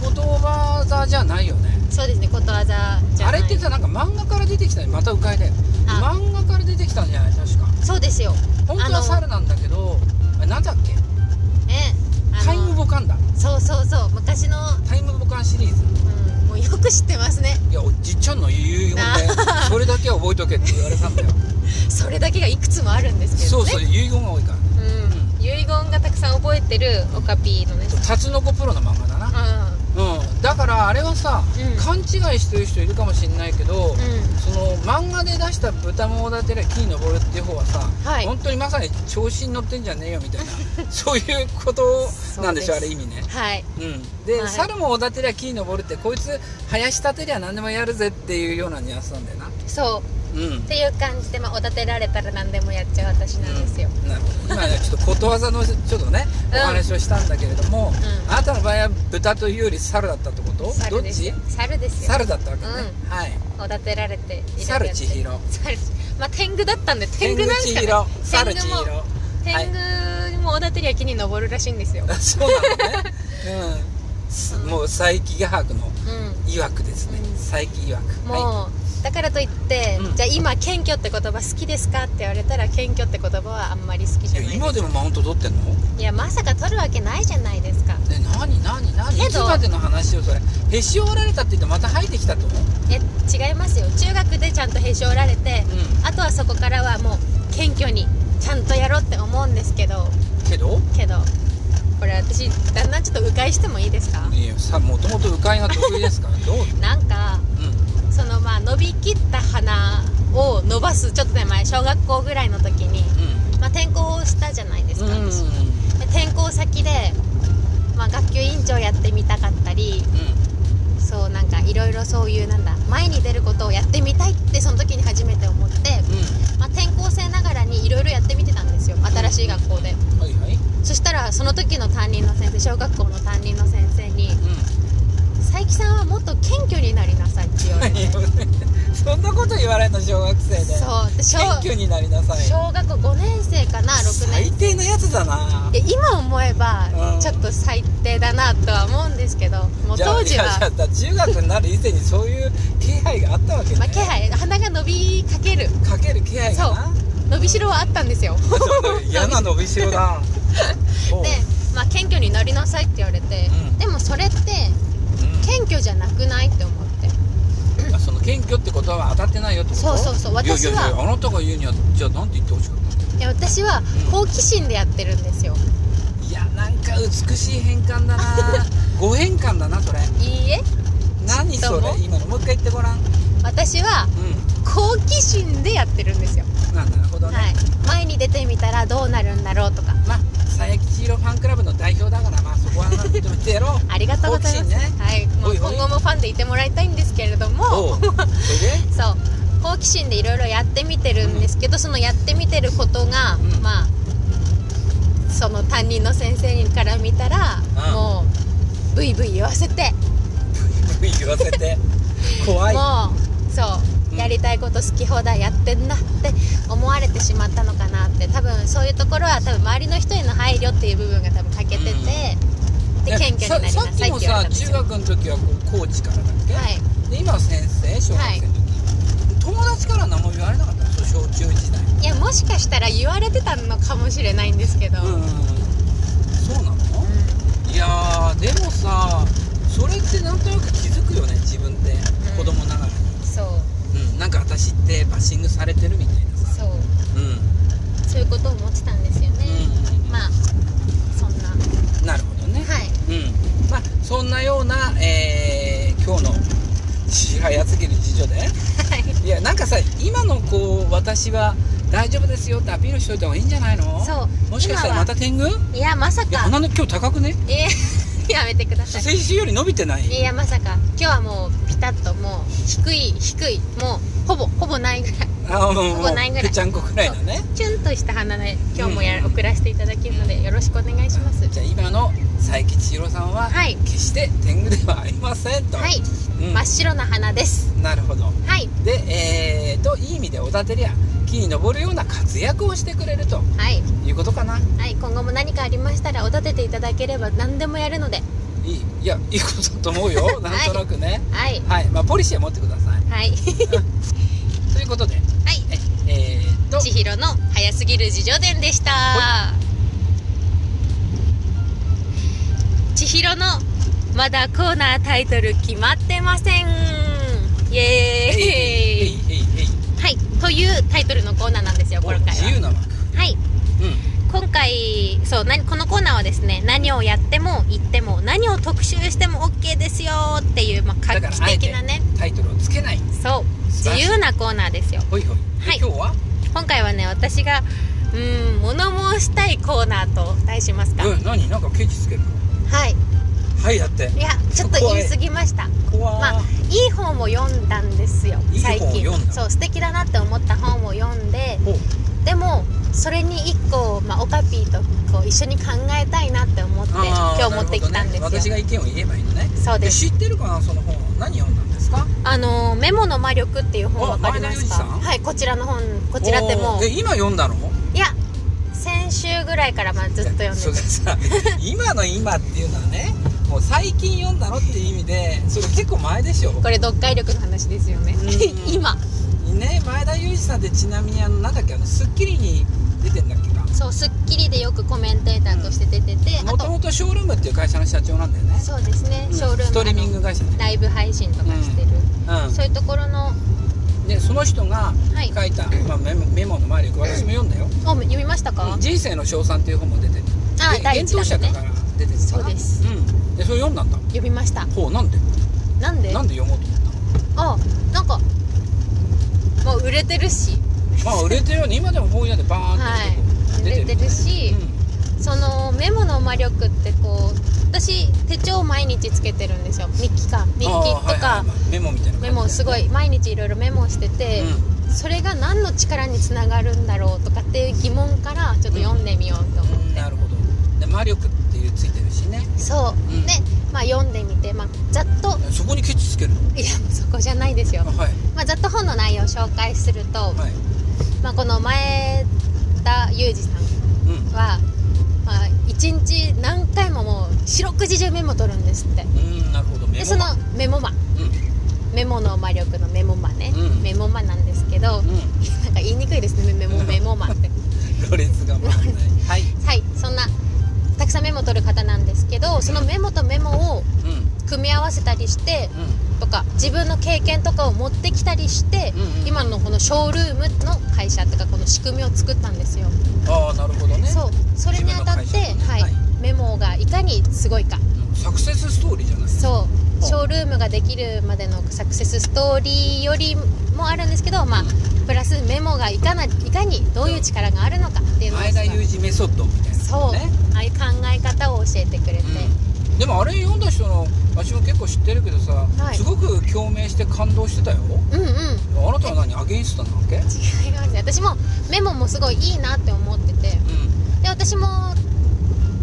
[SPEAKER 2] ことわざじゃないよね
[SPEAKER 1] そうですねことわざじゃ
[SPEAKER 2] あ
[SPEAKER 1] な
[SPEAKER 2] れ
[SPEAKER 1] い
[SPEAKER 2] ってさなんか漫画から出てきたねまた迂回だよ
[SPEAKER 1] あ
[SPEAKER 2] 漫画から出てきたんじゃない確か
[SPEAKER 1] そうですよ
[SPEAKER 2] 本当は猿なんだけどあれなんだっけ
[SPEAKER 1] えあ
[SPEAKER 2] タイム
[SPEAKER 1] の
[SPEAKER 2] ボカンだ
[SPEAKER 1] そうそうそう昔の、
[SPEAKER 2] タイムボカンシリーズ
[SPEAKER 1] うん、もうよく知ってますね
[SPEAKER 2] いやおじっちゃんの遺言でそれだけは覚えとけって言われた んだよ
[SPEAKER 1] それだけがいくつもあるんですけ
[SPEAKER 2] そ
[SPEAKER 1] ど
[SPEAKER 2] う
[SPEAKER 1] ね
[SPEAKER 2] そう遺言が多いから
[SPEAKER 1] う、ん、遺言がたくさん覚えてるオカピーのね
[SPEAKER 2] タツノコプロの漫画だな
[SPEAKER 1] う
[SPEAKER 2] うんだからあれはさ、
[SPEAKER 1] うん
[SPEAKER 2] 勘違いしてる人いるかもしれないけど、
[SPEAKER 1] んうん
[SPEAKER 2] その漫画で出した豚もおだてりゃ木に登るっていう方はさ、
[SPEAKER 1] はい
[SPEAKER 2] 本当にまさに調子に乗ってんじゃねえよみたい なそういうことなんでしょ
[SPEAKER 1] そうです
[SPEAKER 2] あれ意味ね
[SPEAKER 1] はい
[SPEAKER 2] うん、で、
[SPEAKER 1] はい
[SPEAKER 2] 猿もおだてりゃ木に登るってこいつ林立てりゃ何でもやるぜっていうようなニュアンスなんだよな
[SPEAKER 1] そう
[SPEAKER 2] うん
[SPEAKER 1] っていう感じで、まあ、おだてられたら何でもやっちゃう私なんですよ、
[SPEAKER 2] なるほど今ねちょっとことわざのちょっとね、
[SPEAKER 1] うん
[SPEAKER 2] お話をしたんだけれども、
[SPEAKER 1] うん
[SPEAKER 2] あなたの場合は豚というより猿だったってことど
[SPEAKER 1] 猿
[SPEAKER 2] っ
[SPEAKER 1] です
[SPEAKER 2] ち
[SPEAKER 1] よ猿ですよ
[SPEAKER 2] 猿だったわけね、はい
[SPEAKER 1] おだてられていろいろ
[SPEAKER 2] 猿
[SPEAKER 1] やって
[SPEAKER 2] 千尋
[SPEAKER 1] 猿まあ天狗だったんで天狗なんしか
[SPEAKER 2] 天
[SPEAKER 1] ない
[SPEAKER 2] 狗千尋猿千
[SPEAKER 1] 天狗も
[SPEAKER 2] 尋は
[SPEAKER 1] 天
[SPEAKER 2] い
[SPEAKER 1] 狗もおだてりゃ木に登るらしいんですよ、
[SPEAKER 2] あそうなのねうんすもう佐伯画伯の
[SPEAKER 1] うん
[SPEAKER 2] 曰くですね、
[SPEAKER 1] うん
[SPEAKER 2] 佐伯曰く
[SPEAKER 1] もう、
[SPEAKER 2] は
[SPEAKER 1] だからといって、
[SPEAKER 2] うん
[SPEAKER 1] じゃあ今謙虚って言葉好きですかって言われたら謙虚って言葉はあんまり好きじゃ
[SPEAKER 2] い
[SPEAKER 1] ない
[SPEAKER 2] や
[SPEAKER 1] です
[SPEAKER 2] 今でもマウント取ってんの
[SPEAKER 1] いやまさか取るわけないじゃないですか
[SPEAKER 2] ね、なになになに
[SPEAKER 1] けど
[SPEAKER 2] いつまでの話よそれへし折られたって言ってまた生えてきたと思う
[SPEAKER 1] え違いますよ中学でちゃんとへし折られて、
[SPEAKER 2] う
[SPEAKER 1] あとはそこからはもう謙虚にちゃんとやろうって思うんですけど
[SPEAKER 2] けど
[SPEAKER 1] けどこれ私だんだんちょっと迂回してもいいですか
[SPEAKER 2] いやさもともと迂回が得 意ですからどう
[SPEAKER 1] なんか
[SPEAKER 2] う
[SPEAKER 1] そのまあ伸びきった鼻を伸ばすちょっとね前小学校ぐらいの時に、
[SPEAKER 2] ん
[SPEAKER 1] まあ、転校をしたじゃないですか、
[SPEAKER 2] うんうんうん
[SPEAKER 1] 私で転校先で、まあ、学級委員長やってみたかったりそうなんかいろいろそういうなんだ前に出ることをやってみたいってその時に初めて思って、
[SPEAKER 2] う
[SPEAKER 1] まあ、転校生ながらにいろいろやってみてたんですよ新しい学校で
[SPEAKER 2] んはいはい
[SPEAKER 1] そしたらその時の担任の先生小学校の担任の先生に
[SPEAKER 2] う
[SPEAKER 1] 「佐伯さんはもっと謙虚になりなさい」って言われて
[SPEAKER 2] んそんな こと言われんの小学生で
[SPEAKER 1] そうで小
[SPEAKER 2] 謙虚になりなさい
[SPEAKER 1] 小学校5年生かな6年
[SPEAKER 2] 最低のやつだない
[SPEAKER 1] や今思えば
[SPEAKER 2] うん
[SPEAKER 1] ちょっと最低だなとは思うんですけどもう
[SPEAKER 2] じゃあ
[SPEAKER 1] 当時
[SPEAKER 2] いやじゃ
[SPEAKER 1] は
[SPEAKER 2] あ、だ中学になる以前にそういう気配があったわけね、
[SPEAKER 1] まあ、気配鼻が伸びかける
[SPEAKER 2] かける気配がな
[SPEAKER 1] 伸びしろはあったんですよ
[SPEAKER 2] 嫌な伸びしろ だおう
[SPEAKER 1] で、まあ、謙虚になりなさいって言われて、
[SPEAKER 2] うん
[SPEAKER 1] でもそれって
[SPEAKER 2] うん
[SPEAKER 1] 謙虚じゃなくないって思って
[SPEAKER 2] あその謙虚って言葉は当たってないよってこと
[SPEAKER 1] そうそうそう私はい
[SPEAKER 2] やいやいやあなたが言うにはじゃあなんて言ってほしかったの
[SPEAKER 1] いや私は好奇心でやってるんですよ
[SPEAKER 2] いやなんか美しい変 換だなご変換だなそれ
[SPEAKER 1] いいえ
[SPEAKER 2] 何
[SPEAKER 1] ちっ
[SPEAKER 2] そ
[SPEAKER 1] とも
[SPEAKER 2] れ今のもう一回言ってごらんう
[SPEAKER 1] 私は
[SPEAKER 2] ん
[SPEAKER 1] 好奇心でやってるんですよ、
[SPEAKER 2] ななるほどね、
[SPEAKER 1] はい前に出てみたらどうなるんだろうとか
[SPEAKER 2] まあ佐伯千尋ファンクラブの代表だからまあそこは認めてやろう
[SPEAKER 1] ありがとうございます、
[SPEAKER 2] 好奇心ね
[SPEAKER 1] はいもう
[SPEAKER 2] おいおい
[SPEAKER 1] 今後もファンでいてもらいたいんですけれど
[SPEAKER 2] お
[SPEAKER 1] も
[SPEAKER 2] うそれで
[SPEAKER 1] そう好奇心でいろいろやってみてるんですけど、そのやってみてることが、
[SPEAKER 2] うん
[SPEAKER 1] まあその担任の先生から見たら、
[SPEAKER 2] うん
[SPEAKER 1] もうブイブイ言わせて
[SPEAKER 2] ブイブイ言わせて怖い
[SPEAKER 1] もうそう、
[SPEAKER 2] うん
[SPEAKER 1] やりたいこと好き放題やってんなって思われてしまったのかなって多分そういうところは多分周りの人への配慮っていう部分が多分欠けてて、
[SPEAKER 2] うん
[SPEAKER 1] で謙虚になり
[SPEAKER 2] さ
[SPEAKER 1] な
[SPEAKER 2] さっ
[SPEAKER 1] さい
[SPEAKER 2] き
[SPEAKER 1] っ
[SPEAKER 2] も
[SPEAKER 1] て言われたん
[SPEAKER 2] さ
[SPEAKER 1] です
[SPEAKER 2] 中
[SPEAKER 1] よは
[SPEAKER 2] 学の時はこうコーチからだっけ、
[SPEAKER 1] い
[SPEAKER 2] で今は先生小学生の時、友達から何も言われなかったのそう小中時代
[SPEAKER 1] いやもしかしたら言われてたのかもしれないんですけど、
[SPEAKER 2] うんうんうんそうなの、いやーでもさそれってなんとなく気づくよね自分って、
[SPEAKER 1] ん
[SPEAKER 2] 子供ながら
[SPEAKER 1] そう
[SPEAKER 2] に、うん、なんか私ってバッシングされてるみたいなさ
[SPEAKER 1] そう
[SPEAKER 2] うん、うん
[SPEAKER 1] そういうことを思ってたんですよね、
[SPEAKER 2] うん
[SPEAKER 1] まあそんなは
[SPEAKER 2] あなるほどね、
[SPEAKER 1] い
[SPEAKER 2] うんまあそんなような、えー今日の千早すぎる次女でいやなんかさ今のこう私は大丈夫ですよってアピールしといた方がいいんじゃないの
[SPEAKER 1] そう
[SPEAKER 2] もしかしたらまた天狗い
[SPEAKER 1] いやまさ
[SPEAKER 2] や
[SPEAKER 1] か
[SPEAKER 2] 鼻の今日高くね
[SPEAKER 1] え やめてください
[SPEAKER 2] 先週より伸びてない
[SPEAKER 1] いやまさか今日はもうピタッともう低い低いもうほぼほぼないぐらい
[SPEAKER 2] ああもう
[SPEAKER 1] こ
[SPEAKER 2] も
[SPEAKER 1] こ
[SPEAKER 2] う
[SPEAKER 1] ないぐらい
[SPEAKER 2] ぺちゃんこくらいのね
[SPEAKER 1] チュンとした花で今日もや、
[SPEAKER 2] うん
[SPEAKER 1] 送らせていただけるのでよろしくお願いします
[SPEAKER 2] じゃあ今の佐伯千尋さんは、
[SPEAKER 1] はい
[SPEAKER 2] 決して天狗ではありませんと
[SPEAKER 1] はい、
[SPEAKER 2] うん
[SPEAKER 1] 真っ白な花です
[SPEAKER 2] なるほど
[SPEAKER 1] はい
[SPEAKER 2] でえー、といい意味でおだてりゃ木に登るような活躍をしてくれると
[SPEAKER 1] はい、
[SPEAKER 2] いうことかな
[SPEAKER 1] はい、今後も何かありましたらお立てていただければ何でもやるので
[SPEAKER 2] いいいやいいことだと思う よなんとなくね
[SPEAKER 1] はい
[SPEAKER 2] はい、まあポリシーは持ってください
[SPEAKER 1] はい
[SPEAKER 2] ということで
[SPEAKER 1] はい
[SPEAKER 2] えー、っと
[SPEAKER 1] 千尋の早すぎる自叙伝でした千尋のまだコーナータイトル決まってませんイエ
[SPEAKER 2] えいえ
[SPEAKER 1] ーイ
[SPEAKER 2] いえいえい
[SPEAKER 1] はい、というタイトルのコーナーなんですよ、今
[SPEAKER 2] お
[SPEAKER 1] 回
[SPEAKER 2] 自由
[SPEAKER 1] は。
[SPEAKER 2] な枠
[SPEAKER 1] はい、
[SPEAKER 2] う
[SPEAKER 1] 今回、そう、なこのコーナーはですね、何をやっても言っても、何を特集しても OK ですよっていう、まあ、
[SPEAKER 2] ん
[SPEAKER 1] 画
[SPEAKER 2] だから
[SPEAKER 1] 期
[SPEAKER 2] あえ
[SPEAKER 1] 的
[SPEAKER 2] て
[SPEAKER 1] なね、
[SPEAKER 2] タイトルをつけない
[SPEAKER 1] そう、自
[SPEAKER 2] 素晴らしい
[SPEAKER 1] 由なコーナーですよ。
[SPEAKER 2] ほいほいで
[SPEAKER 1] はい
[SPEAKER 2] 今日は
[SPEAKER 1] 今回はね、私が、うーん、物申したいコーナーと題しますか。
[SPEAKER 2] うん何なんかケチつける
[SPEAKER 1] はい。
[SPEAKER 2] はいだって
[SPEAKER 1] いや、ちょっと言い過ぎました。
[SPEAKER 2] 怖
[SPEAKER 1] まあ、いい本も読んだんですよ、
[SPEAKER 2] いい本
[SPEAKER 1] 最
[SPEAKER 2] を
[SPEAKER 1] 近。
[SPEAKER 2] 読んだ
[SPEAKER 1] そう、素敵だなって思った本を読んで、
[SPEAKER 2] ほう
[SPEAKER 1] でもそれに1個、まあ、オカピーとこう一緒に考えたいなって思って今
[SPEAKER 2] あー
[SPEAKER 1] 日持ってきたんで
[SPEAKER 2] なるほどね
[SPEAKER 1] す
[SPEAKER 2] 私
[SPEAKER 1] よ、
[SPEAKER 2] が意見を言えばいいのね
[SPEAKER 1] そう
[SPEAKER 2] で
[SPEAKER 1] です
[SPEAKER 2] 知ってるかなその本何読んだんですか
[SPEAKER 1] あのーメモの魔力」っていう本わかりますか
[SPEAKER 2] あ前田裕二さん
[SPEAKER 1] はいこちらの本こちらっても
[SPEAKER 2] お
[SPEAKER 1] う
[SPEAKER 2] ーえ
[SPEAKER 1] い
[SPEAKER 2] 今読んだの
[SPEAKER 1] や先週ぐらいからまあずっと読んで
[SPEAKER 2] それ
[SPEAKER 1] て
[SPEAKER 2] さ 今の今っていうのはねもう最近読んだのっていう意味でそれ結構前でしょ
[SPEAKER 1] これ読解力の話ですよね
[SPEAKER 2] うん
[SPEAKER 1] 今
[SPEAKER 2] ね前田裕二さんってちなみにあのなんだっけあの『スッキリ』に出てんだっけか
[SPEAKER 1] そう『スッキリ』でよくコメンテーターとして出てて、あ
[SPEAKER 2] もと
[SPEAKER 1] と
[SPEAKER 2] もとショールームっていう会社の社長なんだよね
[SPEAKER 1] そうですね、
[SPEAKER 2] うん
[SPEAKER 1] ショールーム
[SPEAKER 2] ストリーミング会社ね
[SPEAKER 1] ライブ配信とかしてる、そういうところの
[SPEAKER 2] うんでその人が
[SPEAKER 1] はい
[SPEAKER 2] 書いた、まあ、メモメモの周り私も読んだよ
[SPEAKER 1] お読みましたか、
[SPEAKER 2] 「人生の称賛」っていう本も出てる
[SPEAKER 1] あ
[SPEAKER 2] で
[SPEAKER 1] 第一
[SPEAKER 2] 幻
[SPEAKER 1] 弾
[SPEAKER 2] 冬
[SPEAKER 1] ね
[SPEAKER 2] 舎から出てる
[SPEAKER 1] そうです
[SPEAKER 2] うん、でそれ読んだんだ
[SPEAKER 1] 読みました
[SPEAKER 2] ほうなんで
[SPEAKER 1] なんで
[SPEAKER 2] なんで読もうと思ったの
[SPEAKER 1] あなんかもう売れてるし
[SPEAKER 2] まあ売れてるよね今でも本屋でバーンって
[SPEAKER 1] はい
[SPEAKER 2] 出て
[SPEAKER 1] 売れてるし
[SPEAKER 2] うん
[SPEAKER 1] そのメモの魔力ってこう私手帳毎日つけてるんですよ日記か日記と
[SPEAKER 2] あーはいはい
[SPEAKER 1] か
[SPEAKER 2] まあメモみたいな感じ
[SPEAKER 1] メモすごい毎日いろいろメモしててそれが何の力につながるんだろうとかっていう疑問からちょっと読んでみようと思
[SPEAKER 2] うん、
[SPEAKER 1] って
[SPEAKER 2] なるほどで魔力っていうついてるしね
[SPEAKER 1] そう
[SPEAKER 2] うん
[SPEAKER 1] でまあ読んでみてまあざっと
[SPEAKER 2] そこにケチつけるの
[SPEAKER 1] いやそこじゃないですよ
[SPEAKER 2] あはい
[SPEAKER 1] まあざっと本の内容を紹介すると
[SPEAKER 2] はい
[SPEAKER 1] まあこの前田裕二さん
[SPEAKER 2] うん
[SPEAKER 1] は、まあ、1日何回ももう四六時中メモ取るんですって
[SPEAKER 2] うんなるほどメモ
[SPEAKER 1] でそのメモマ
[SPEAKER 2] う
[SPEAKER 1] メモの魔力のメモマね、
[SPEAKER 2] うん
[SPEAKER 1] メモマなんですけど、
[SPEAKER 2] ん、うん、
[SPEAKER 1] なんか言いにくいですねメモ
[SPEAKER 2] うん
[SPEAKER 1] メモマって
[SPEAKER 2] ロレスが回らないはい
[SPEAKER 1] はいそんなたくさんメモ取る方なんですけどそのメモとメモを
[SPEAKER 2] うん
[SPEAKER 1] 組み合わせたりして
[SPEAKER 2] う
[SPEAKER 1] とか自分の経験とかを持ってきたりして、
[SPEAKER 2] うんうん
[SPEAKER 1] 今のこのショールームの会社っていうかこの仕組みを作ったんですよ
[SPEAKER 2] んああなるほどね
[SPEAKER 1] そうそれにあたって、
[SPEAKER 2] 自分の会社
[SPEAKER 1] はい
[SPEAKER 2] はい
[SPEAKER 1] メモをにすごいか
[SPEAKER 2] サクセスストーリーじゃない
[SPEAKER 1] そうショールームができるまでのサクセスストーリーよりもあるんですけどまあプラスメモがいかないかにどういう力があるのかっていうのを
[SPEAKER 2] 前田裕二メソッドみたいな
[SPEAKER 1] そう、
[SPEAKER 2] ね
[SPEAKER 1] ああいう考え方を教えてくれて、
[SPEAKER 2] うんでもあれ読んだ人の私も結構知ってるけどさ、
[SPEAKER 1] はい
[SPEAKER 2] すごく共鳴して感動してたよ
[SPEAKER 1] うん、うん
[SPEAKER 2] あなたは何アゲインストなわけうん
[SPEAKER 1] 違いますね私もメモもすごいいいなって思っててで私も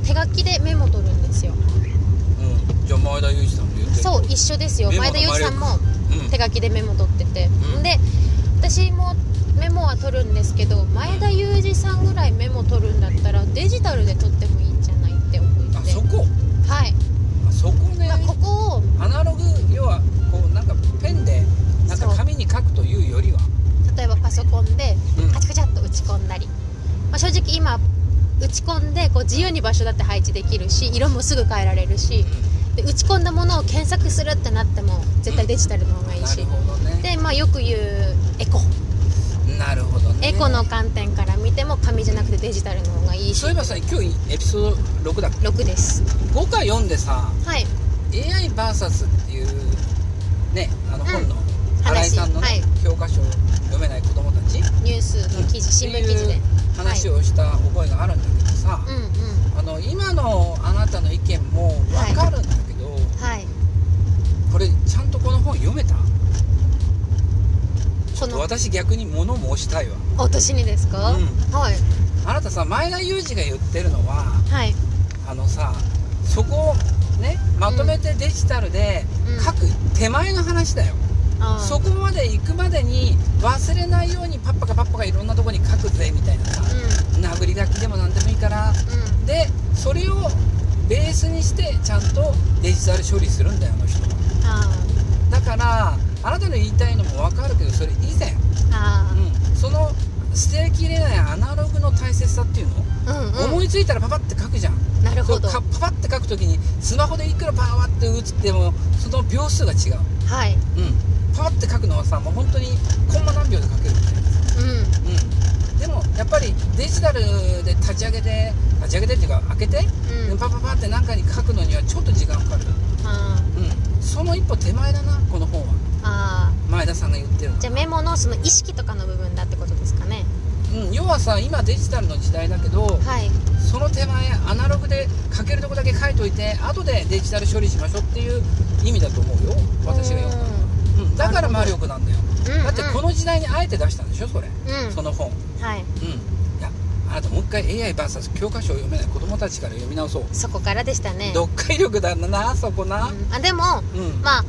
[SPEAKER 1] 手書きでメモ取るんですよ
[SPEAKER 2] うんじゃあ前田裕二さんと言って
[SPEAKER 1] そう一緒ですよ
[SPEAKER 2] メモ
[SPEAKER 1] 前
[SPEAKER 2] の
[SPEAKER 1] 田裕二さんも
[SPEAKER 2] うん、うん
[SPEAKER 1] 手書きでメモ取ってて、
[SPEAKER 2] うん
[SPEAKER 1] で私もメモは取るんですけど前田裕二さんぐらいメモ取るんだったらデジタルで取ってもいいんじゃないって思
[SPEAKER 2] あ
[SPEAKER 1] って
[SPEAKER 2] そこ
[SPEAKER 1] はい、
[SPEAKER 2] あそこね、
[SPEAKER 1] まあ、ここを
[SPEAKER 2] アナログ要はこうなんかペンでなんか
[SPEAKER 1] そう
[SPEAKER 2] 紙に書くというよりは
[SPEAKER 1] 例えばパソコンで
[SPEAKER 2] うん
[SPEAKER 1] カチャカチャっと打ち込んだり、まあ、正直今打ち込んでこう自由に場所だって配置できるし色もすぐ変えられるしで打ち込んだものを検索するってなっても絶対デジタルの方がいい
[SPEAKER 2] な
[SPEAKER 1] し
[SPEAKER 2] るほどね
[SPEAKER 1] で、まあ、よく言うエコ
[SPEAKER 2] なるほどね
[SPEAKER 1] エコの観点から見ても紙じゃなくてデジタルの方がいいし
[SPEAKER 2] そういえばさ今日エピソード6だっけ
[SPEAKER 1] 6です
[SPEAKER 2] 5か4でさ
[SPEAKER 1] はい
[SPEAKER 2] AIVS っていうねあの
[SPEAKER 1] うん
[SPEAKER 2] 本の
[SPEAKER 1] 話
[SPEAKER 2] 新井さんのね、
[SPEAKER 1] はい
[SPEAKER 2] 教科書を読めない子供たち
[SPEAKER 1] ニュースの記事新聞記事
[SPEAKER 2] って
[SPEAKER 1] で
[SPEAKER 2] いう話をした覚えがあるんだけどさ、
[SPEAKER 1] うんうん
[SPEAKER 2] あの今のあなたの意見も分かるんだけど、
[SPEAKER 1] はい
[SPEAKER 2] これちゃんとこの本読めた
[SPEAKER 1] この
[SPEAKER 2] 私逆に物申したいわ
[SPEAKER 1] お年にですか、
[SPEAKER 2] うん
[SPEAKER 1] はい
[SPEAKER 2] あなたさ前田裕二が言ってるのは
[SPEAKER 1] はい
[SPEAKER 2] あのさそこをねまとめてデジタルで
[SPEAKER 1] うん
[SPEAKER 2] 書く手前の話だよ、
[SPEAKER 1] あー
[SPEAKER 2] そこまで行くまでに忘れないようにパッパカパッパカいろんなとこに書くぜみたいなさ、
[SPEAKER 1] う
[SPEAKER 2] 殴り書きでも何でもいいから
[SPEAKER 1] んうん
[SPEAKER 2] でそれをベースにしてちゃんとデジタル処理するんだよあの人は
[SPEAKER 1] あ
[SPEAKER 2] だからあなたの言いたいのも分かるけどそれ以前、
[SPEAKER 1] ーあ
[SPEAKER 2] うん、その捨てきれないアナログの大切さっていうの、
[SPEAKER 1] ーうんうん
[SPEAKER 2] 思いついたらパパって書くじゃん
[SPEAKER 1] なるほど
[SPEAKER 2] そうかパパって書くときにスマホでいくらパワって打つってもその秒数が違う
[SPEAKER 1] はい
[SPEAKER 2] うん、パワって書くのはさもう本当にコンマ何秒で書けるみたいな、
[SPEAKER 1] う
[SPEAKER 2] うん、でもやっぱりデジタルで立ち上げて立ち上げてっていうか開けて、
[SPEAKER 1] んうん
[SPEAKER 2] パパパって何かに書くのにはちょっと時間かかる、
[SPEAKER 1] あ
[SPEAKER 2] うん、その一歩手前だなこの本は
[SPEAKER 1] ーあ
[SPEAKER 2] 前田さんが言ってるの
[SPEAKER 1] ーじゃあメモのその意識とかの部分だってことですかね
[SPEAKER 2] うん、要はさ今デジタルの時代だけど
[SPEAKER 1] はい
[SPEAKER 2] その手前アナログで書けるとこだけ書いといて後でデジタル処理しましょうっていう意味だと思うよ私が読んだの、うん、だから魔力なんだよ
[SPEAKER 1] うん
[SPEAKER 2] だってこの時代にあえて出したんでしょそれ、
[SPEAKER 1] うんうん
[SPEAKER 2] その本
[SPEAKER 1] はい
[SPEAKER 2] うん、いやあなたもう一回 AIVS 教科書を読めない子供たちから読み直そう、
[SPEAKER 1] そこからでしたね
[SPEAKER 2] 読解力だなそこな
[SPEAKER 1] うんあでも
[SPEAKER 2] うん、
[SPEAKER 1] まあ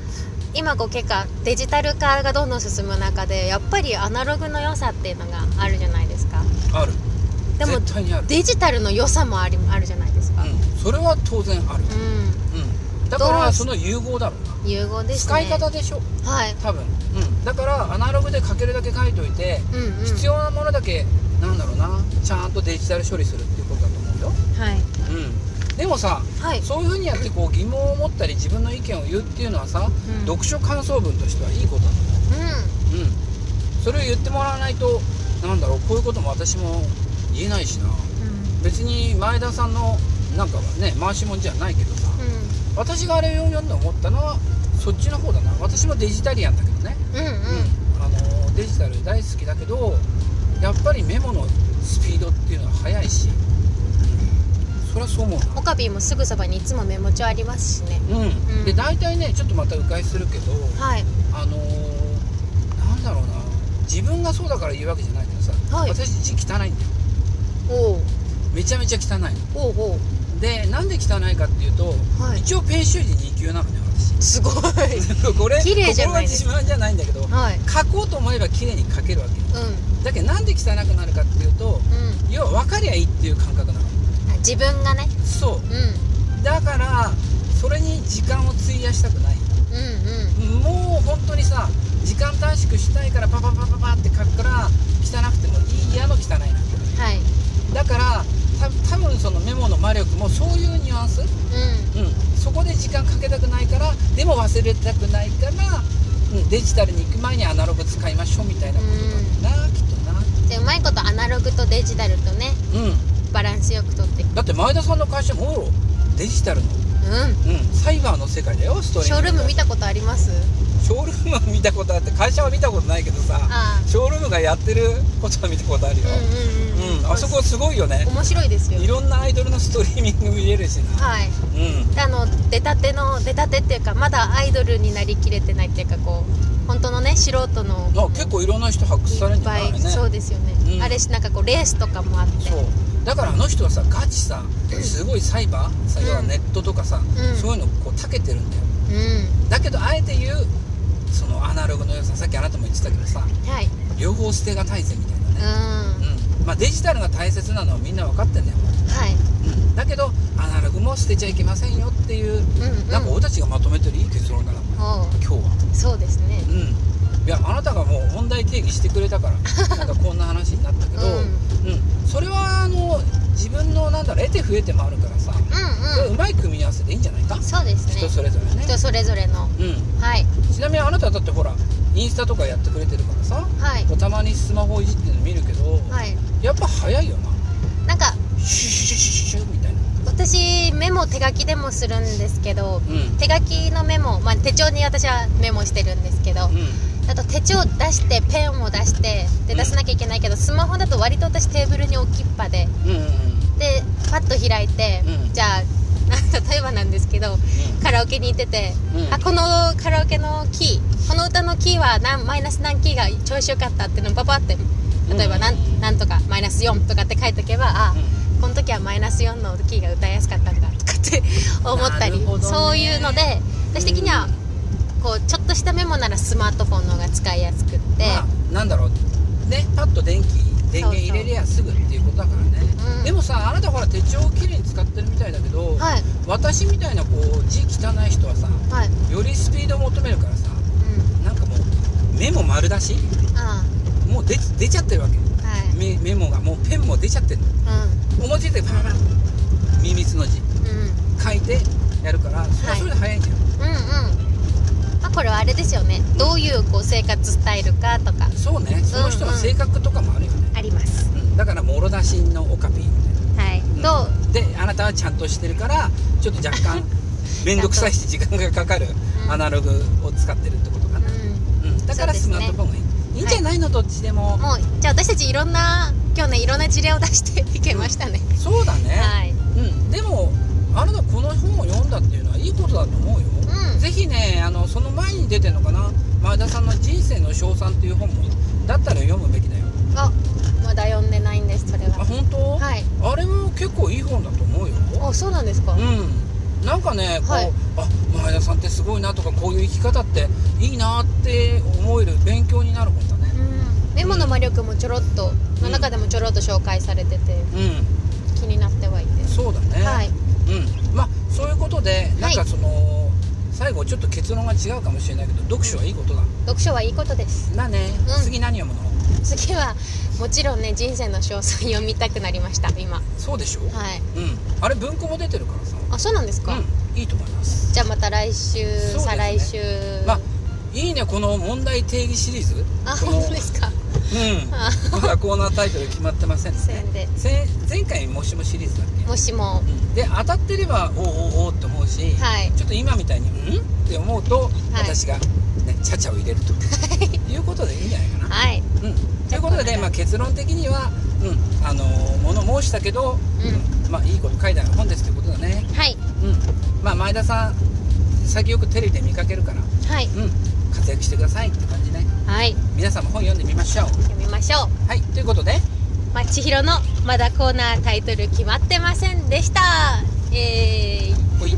[SPEAKER 1] 今こう結果デジタル化がどんどん進む中でやっぱりアナログの良さっていうのがあるじゃないですか
[SPEAKER 2] ある
[SPEAKER 1] でも
[SPEAKER 2] 絶対にある
[SPEAKER 1] デジタルの良さもありあるじゃないですかうん、
[SPEAKER 2] うん、それは当然ある、うん、だか
[SPEAKER 1] ど
[SPEAKER 2] ら
[SPEAKER 1] う
[SPEAKER 2] その融合だろうな、
[SPEAKER 1] 融合ですね
[SPEAKER 2] 使い方でしょ
[SPEAKER 1] はい
[SPEAKER 2] 多分、うん、だからアナログで書けるだけ書いといて、
[SPEAKER 1] うんうん
[SPEAKER 2] 必要なものだけなんだろうなちゃんとデジタル処理するっていうことだと思うよ、
[SPEAKER 1] はい
[SPEAKER 2] うん、でもさ
[SPEAKER 1] はい、
[SPEAKER 2] そういうふうにやってこう疑問を持ったり自分の意見を言うっていうのはさ、
[SPEAKER 1] うん
[SPEAKER 2] 読書感想文としてはいいことだ
[SPEAKER 1] う
[SPEAKER 2] うん、それを言ってもらわないとなんだろうこういうことも私も言えないしなん
[SPEAKER 1] うん
[SPEAKER 2] 別に前田さんのなんかはね回しもんじゃないけどさ私があれを読んで思ったのはそっちの方だな私もデジタリアンだけどね、
[SPEAKER 1] うんうん
[SPEAKER 2] うんあのデジタル大好きだけどやっぱりメモのスピードっていうのは速いし、うん、それはそう思う
[SPEAKER 1] オカビーもすぐそばにいつもメモ帳ありますしね
[SPEAKER 2] な、う
[SPEAKER 1] う
[SPEAKER 2] ん
[SPEAKER 1] ん
[SPEAKER 2] で大体ねちょっとまた迂回するけど、
[SPEAKER 1] はい
[SPEAKER 2] あのー、なんだろうな自分がそうだから言うわけじゃないけどさ、
[SPEAKER 1] はい
[SPEAKER 2] 私字汚いんだよ
[SPEAKER 1] おう
[SPEAKER 2] めちゃめちゃ汚い
[SPEAKER 1] おうおう
[SPEAKER 2] でなんで汚いかっていうと、
[SPEAKER 1] はい
[SPEAKER 2] 一応ペン習字2級なのね
[SPEAKER 1] すごい
[SPEAKER 2] 私これ
[SPEAKER 1] 綺麗じゃない
[SPEAKER 2] ここは
[SPEAKER 1] で
[SPEAKER 2] 自
[SPEAKER 1] す
[SPEAKER 2] 慢じゃないんだけど
[SPEAKER 1] はい
[SPEAKER 2] 書こうと思えば綺麗に書けるわけよ
[SPEAKER 1] う
[SPEAKER 2] だけどなんで汚くなるかっていうと
[SPEAKER 1] んうん
[SPEAKER 2] 要は分かりゃいいっていう感覚なの
[SPEAKER 1] あ自分がね
[SPEAKER 2] そ
[SPEAKER 1] うん
[SPEAKER 2] うだからそれに時間を費やしたくない
[SPEAKER 1] うんうん
[SPEAKER 2] もう本当にさ時間短縮したいからパパパパパって書くから汚くてもいいやの汚いな
[SPEAKER 1] はい
[SPEAKER 2] だからた多分そのメモの魔力もそういうニュアンス、う、
[SPEAKER 1] うん
[SPEAKER 2] そこで時間かけたくないからでも忘れたくないから、うん、デジタルに行く前にアナログ使いましょうみたいなことだな、きっとなん
[SPEAKER 1] でうまいことアナログとデジタルとね
[SPEAKER 2] うん
[SPEAKER 1] バランスよくとって
[SPEAKER 2] だって前田さんの会社もデジタルの、
[SPEAKER 1] うん
[SPEAKER 2] うん、サイバーの世界だよストリー
[SPEAKER 1] ショ
[SPEAKER 2] ミ
[SPEAKER 1] ー
[SPEAKER 2] ング
[SPEAKER 1] ルーム見たことあります
[SPEAKER 2] ショールームは見たことあって会社は見たことないけどさ
[SPEAKER 1] あ
[SPEAKER 2] ショールームがやってることは見たことあるよ
[SPEAKER 1] あうんうんうん、
[SPEAKER 2] うん、あそこすごいよね
[SPEAKER 1] 面白いですよ
[SPEAKER 2] いろんなアイドルのストリーミング見れるしな
[SPEAKER 1] はい
[SPEAKER 2] うん
[SPEAKER 1] あの出たての出たてっていうかまだアイドルになりきれてないっていうかこう本当のね素人の
[SPEAKER 2] あ結構いろんな人発掘され
[SPEAKER 1] い
[SPEAKER 2] て
[SPEAKER 1] っぱ
[SPEAKER 2] たよ
[SPEAKER 1] い、
[SPEAKER 2] ね
[SPEAKER 1] そうですよね、
[SPEAKER 2] うん
[SPEAKER 1] あれしなんかこうレースとかもあって
[SPEAKER 2] そうだからあの人はさガチさすごいサイバーさ要は
[SPEAKER 1] うん
[SPEAKER 2] ネットとかさ、
[SPEAKER 1] うん
[SPEAKER 2] そういうのこう長けてるんだよ
[SPEAKER 1] う
[SPEAKER 2] だけどあえて言うそのアナログの良ささっきあなたも言ってたけどさ
[SPEAKER 1] んはい
[SPEAKER 2] 両方捨てが大全みたいな
[SPEAKER 1] うん
[SPEAKER 2] ね、うんまあ、デジタルが大切なのはみんな分かってんだよ、
[SPEAKER 1] はい
[SPEAKER 2] うん、だけどアナログも捨てちゃいけませんよっていう
[SPEAKER 1] うんうん
[SPEAKER 2] なんか俺たちがまとめてるいい結論だな今
[SPEAKER 1] おう
[SPEAKER 2] 日は
[SPEAKER 1] そうですね
[SPEAKER 2] うんいやあなたがもう問題定義してくれたからなんかこんな話になったけど、
[SPEAKER 1] うん
[SPEAKER 2] うん、それはあの自分のなんだろう得て増えてもあるからさ、
[SPEAKER 1] うんう
[SPEAKER 2] うまい組み合わせでいいんじゃないか
[SPEAKER 1] んそうですね
[SPEAKER 2] 人それぞれね、
[SPEAKER 1] 人それぞれの
[SPEAKER 2] う
[SPEAKER 1] はい
[SPEAKER 2] ん、ちなみにあなただってほらインスタとかやってくれてるからさ
[SPEAKER 1] はい
[SPEAKER 2] こうたまにスマホいじってるの見るけど、
[SPEAKER 1] はい
[SPEAKER 2] やっぱ早いよな
[SPEAKER 1] なんか
[SPEAKER 2] シュシュシュシュシュみたいな
[SPEAKER 1] 私メモ手書きでもするんですけど
[SPEAKER 2] うん
[SPEAKER 1] 手書きのメモ、まあ、手帳に私はメモしてるんですけどあと手帳出してペンを出してで
[SPEAKER 2] うん
[SPEAKER 1] 出さなきゃいけないけどスマホだと割と私テーブルに置きっぱで
[SPEAKER 2] うんうんうん
[SPEAKER 1] でパッと開いて、
[SPEAKER 2] うん
[SPEAKER 1] じゃあ 例えばなんですけどカラオケに行ってて、
[SPEAKER 2] うん
[SPEAKER 1] あこのカラオケのキーこの歌のキーは何マイナス何キーが調子よかったっていうのをパパって例えばなん,、
[SPEAKER 2] うん
[SPEAKER 1] なんとかマイナス4とかって書いとけばあ、この時はマイナス4のキーが歌いやすかったんだとかって 思ったり、
[SPEAKER 2] なるほどね
[SPEAKER 1] そういうので私的には
[SPEAKER 2] うん
[SPEAKER 1] こうちょっとしたメモならスマートフォンの方が使いやすくって、
[SPEAKER 2] まあなんだろうねパッと電気電源入れりゃすぐっていうことだからね
[SPEAKER 1] うん
[SPEAKER 2] でもさあなたほら手帳をきれいに使ってるみたいだけど、
[SPEAKER 1] はい
[SPEAKER 2] 私みたいなこう字汚い人はさ
[SPEAKER 1] はい、
[SPEAKER 2] よりスピードを求めるからさ
[SPEAKER 1] う
[SPEAKER 2] なんかもうメモ丸出し
[SPEAKER 1] ん、あ
[SPEAKER 2] もう出出ちゃってるわけ
[SPEAKER 1] あはい
[SPEAKER 2] メメモがもうペンも出ちゃってる思いついてパラパラミミズの字
[SPEAKER 1] うんうん
[SPEAKER 2] 書いてやるからそれはそれで早いんじゃん、
[SPEAKER 1] うんうんまあこれはあれですよねどういうこう生活スタイルかとか
[SPEAKER 2] そうねその人の性格とかもあるよね、
[SPEAKER 1] あります
[SPEAKER 2] うんだからもろ出しのオカピーみたいな
[SPEAKER 1] はいどう
[SPEAKER 2] であなたはちゃんとしてるからちょっと若 干面倒くさいし時間がかかる
[SPEAKER 1] うん
[SPEAKER 2] アナログを使ってるってことかな、
[SPEAKER 1] う
[SPEAKER 2] うんだからス
[SPEAKER 1] そうですね
[SPEAKER 2] マートフォンがいい、いいんじゃないのどっちでも、
[SPEAKER 1] んもうじゃあ私たちいろんな今日ねいろんな事例を出していけましたね、
[SPEAKER 2] そうだね、
[SPEAKER 1] はい
[SPEAKER 2] うんでもあなたこの本を読んだっていうのはいいことだと思うよ、
[SPEAKER 1] うん
[SPEAKER 2] ぜひねあのその前に出てるのかな前田さんの「人生の称賛」っていう本もだったら読むべきだよ
[SPEAKER 1] あまだ読んでないんですそれ
[SPEAKER 2] あ
[SPEAKER 1] は
[SPEAKER 2] 本当、
[SPEAKER 1] はい
[SPEAKER 2] あれも結構いい本だと思うよ
[SPEAKER 1] あそうなんですか、
[SPEAKER 2] うん、なんかねこう、
[SPEAKER 1] はい
[SPEAKER 2] あ前田さんってすごいなとかこういう生き方っていいなって思える勉強になる本だね
[SPEAKER 1] うんメモの魔力もちょろっとの中でもちょろっと紹介されてて
[SPEAKER 2] うん
[SPEAKER 1] 気になってはいて、
[SPEAKER 2] そうだね、
[SPEAKER 1] はい
[SPEAKER 2] うんまあそういうことでなんかその、最後ちょっと結論が違うかもしれないけど読書はいいことだ
[SPEAKER 1] 読書はいいことです
[SPEAKER 2] だね、
[SPEAKER 1] うん
[SPEAKER 2] 次何読むの
[SPEAKER 1] 次はもちろんね人生の詳細読みたくなりました今
[SPEAKER 2] そうでしょ、
[SPEAKER 1] はい
[SPEAKER 2] うんあれ文庫も出てるからさ
[SPEAKER 1] あそうなんですか、
[SPEAKER 2] うんいいと思います
[SPEAKER 1] じゃあまた来週、
[SPEAKER 2] すね
[SPEAKER 1] 再来週
[SPEAKER 2] まあいいねこの問題定義シリーズ
[SPEAKER 1] あ
[SPEAKER 2] この
[SPEAKER 1] 本当ですかあ
[SPEAKER 2] うんまだコーナータイトル決まってませんね
[SPEAKER 1] せんで
[SPEAKER 2] せ前回もしもシリーズだっけ
[SPEAKER 1] もしも
[SPEAKER 2] で当たってればおおおおって思うし、
[SPEAKER 1] はい
[SPEAKER 2] ちょっと今みたいにうんって思うと、私が、ね、ちゃちゃを入れるということでいいんじゃないかな。
[SPEAKER 1] はい
[SPEAKER 2] うん、ということで、まあ、結論的には、うんあのー物申したけど、
[SPEAKER 1] う
[SPEAKER 2] まあ、いいこと書いてある本ですということだね、
[SPEAKER 1] はい
[SPEAKER 2] うんまあ、前田さん最近よくテレビで見かけるから、う
[SPEAKER 1] はい
[SPEAKER 2] ん、活躍してくださいって感じね
[SPEAKER 1] はい
[SPEAKER 2] 皆さんも本読んでみましょう。
[SPEAKER 1] 読みましょう
[SPEAKER 2] はい、ということで
[SPEAKER 1] 「まちひろのまだコーナータイトル決まってませんでした」えー
[SPEAKER 2] ほい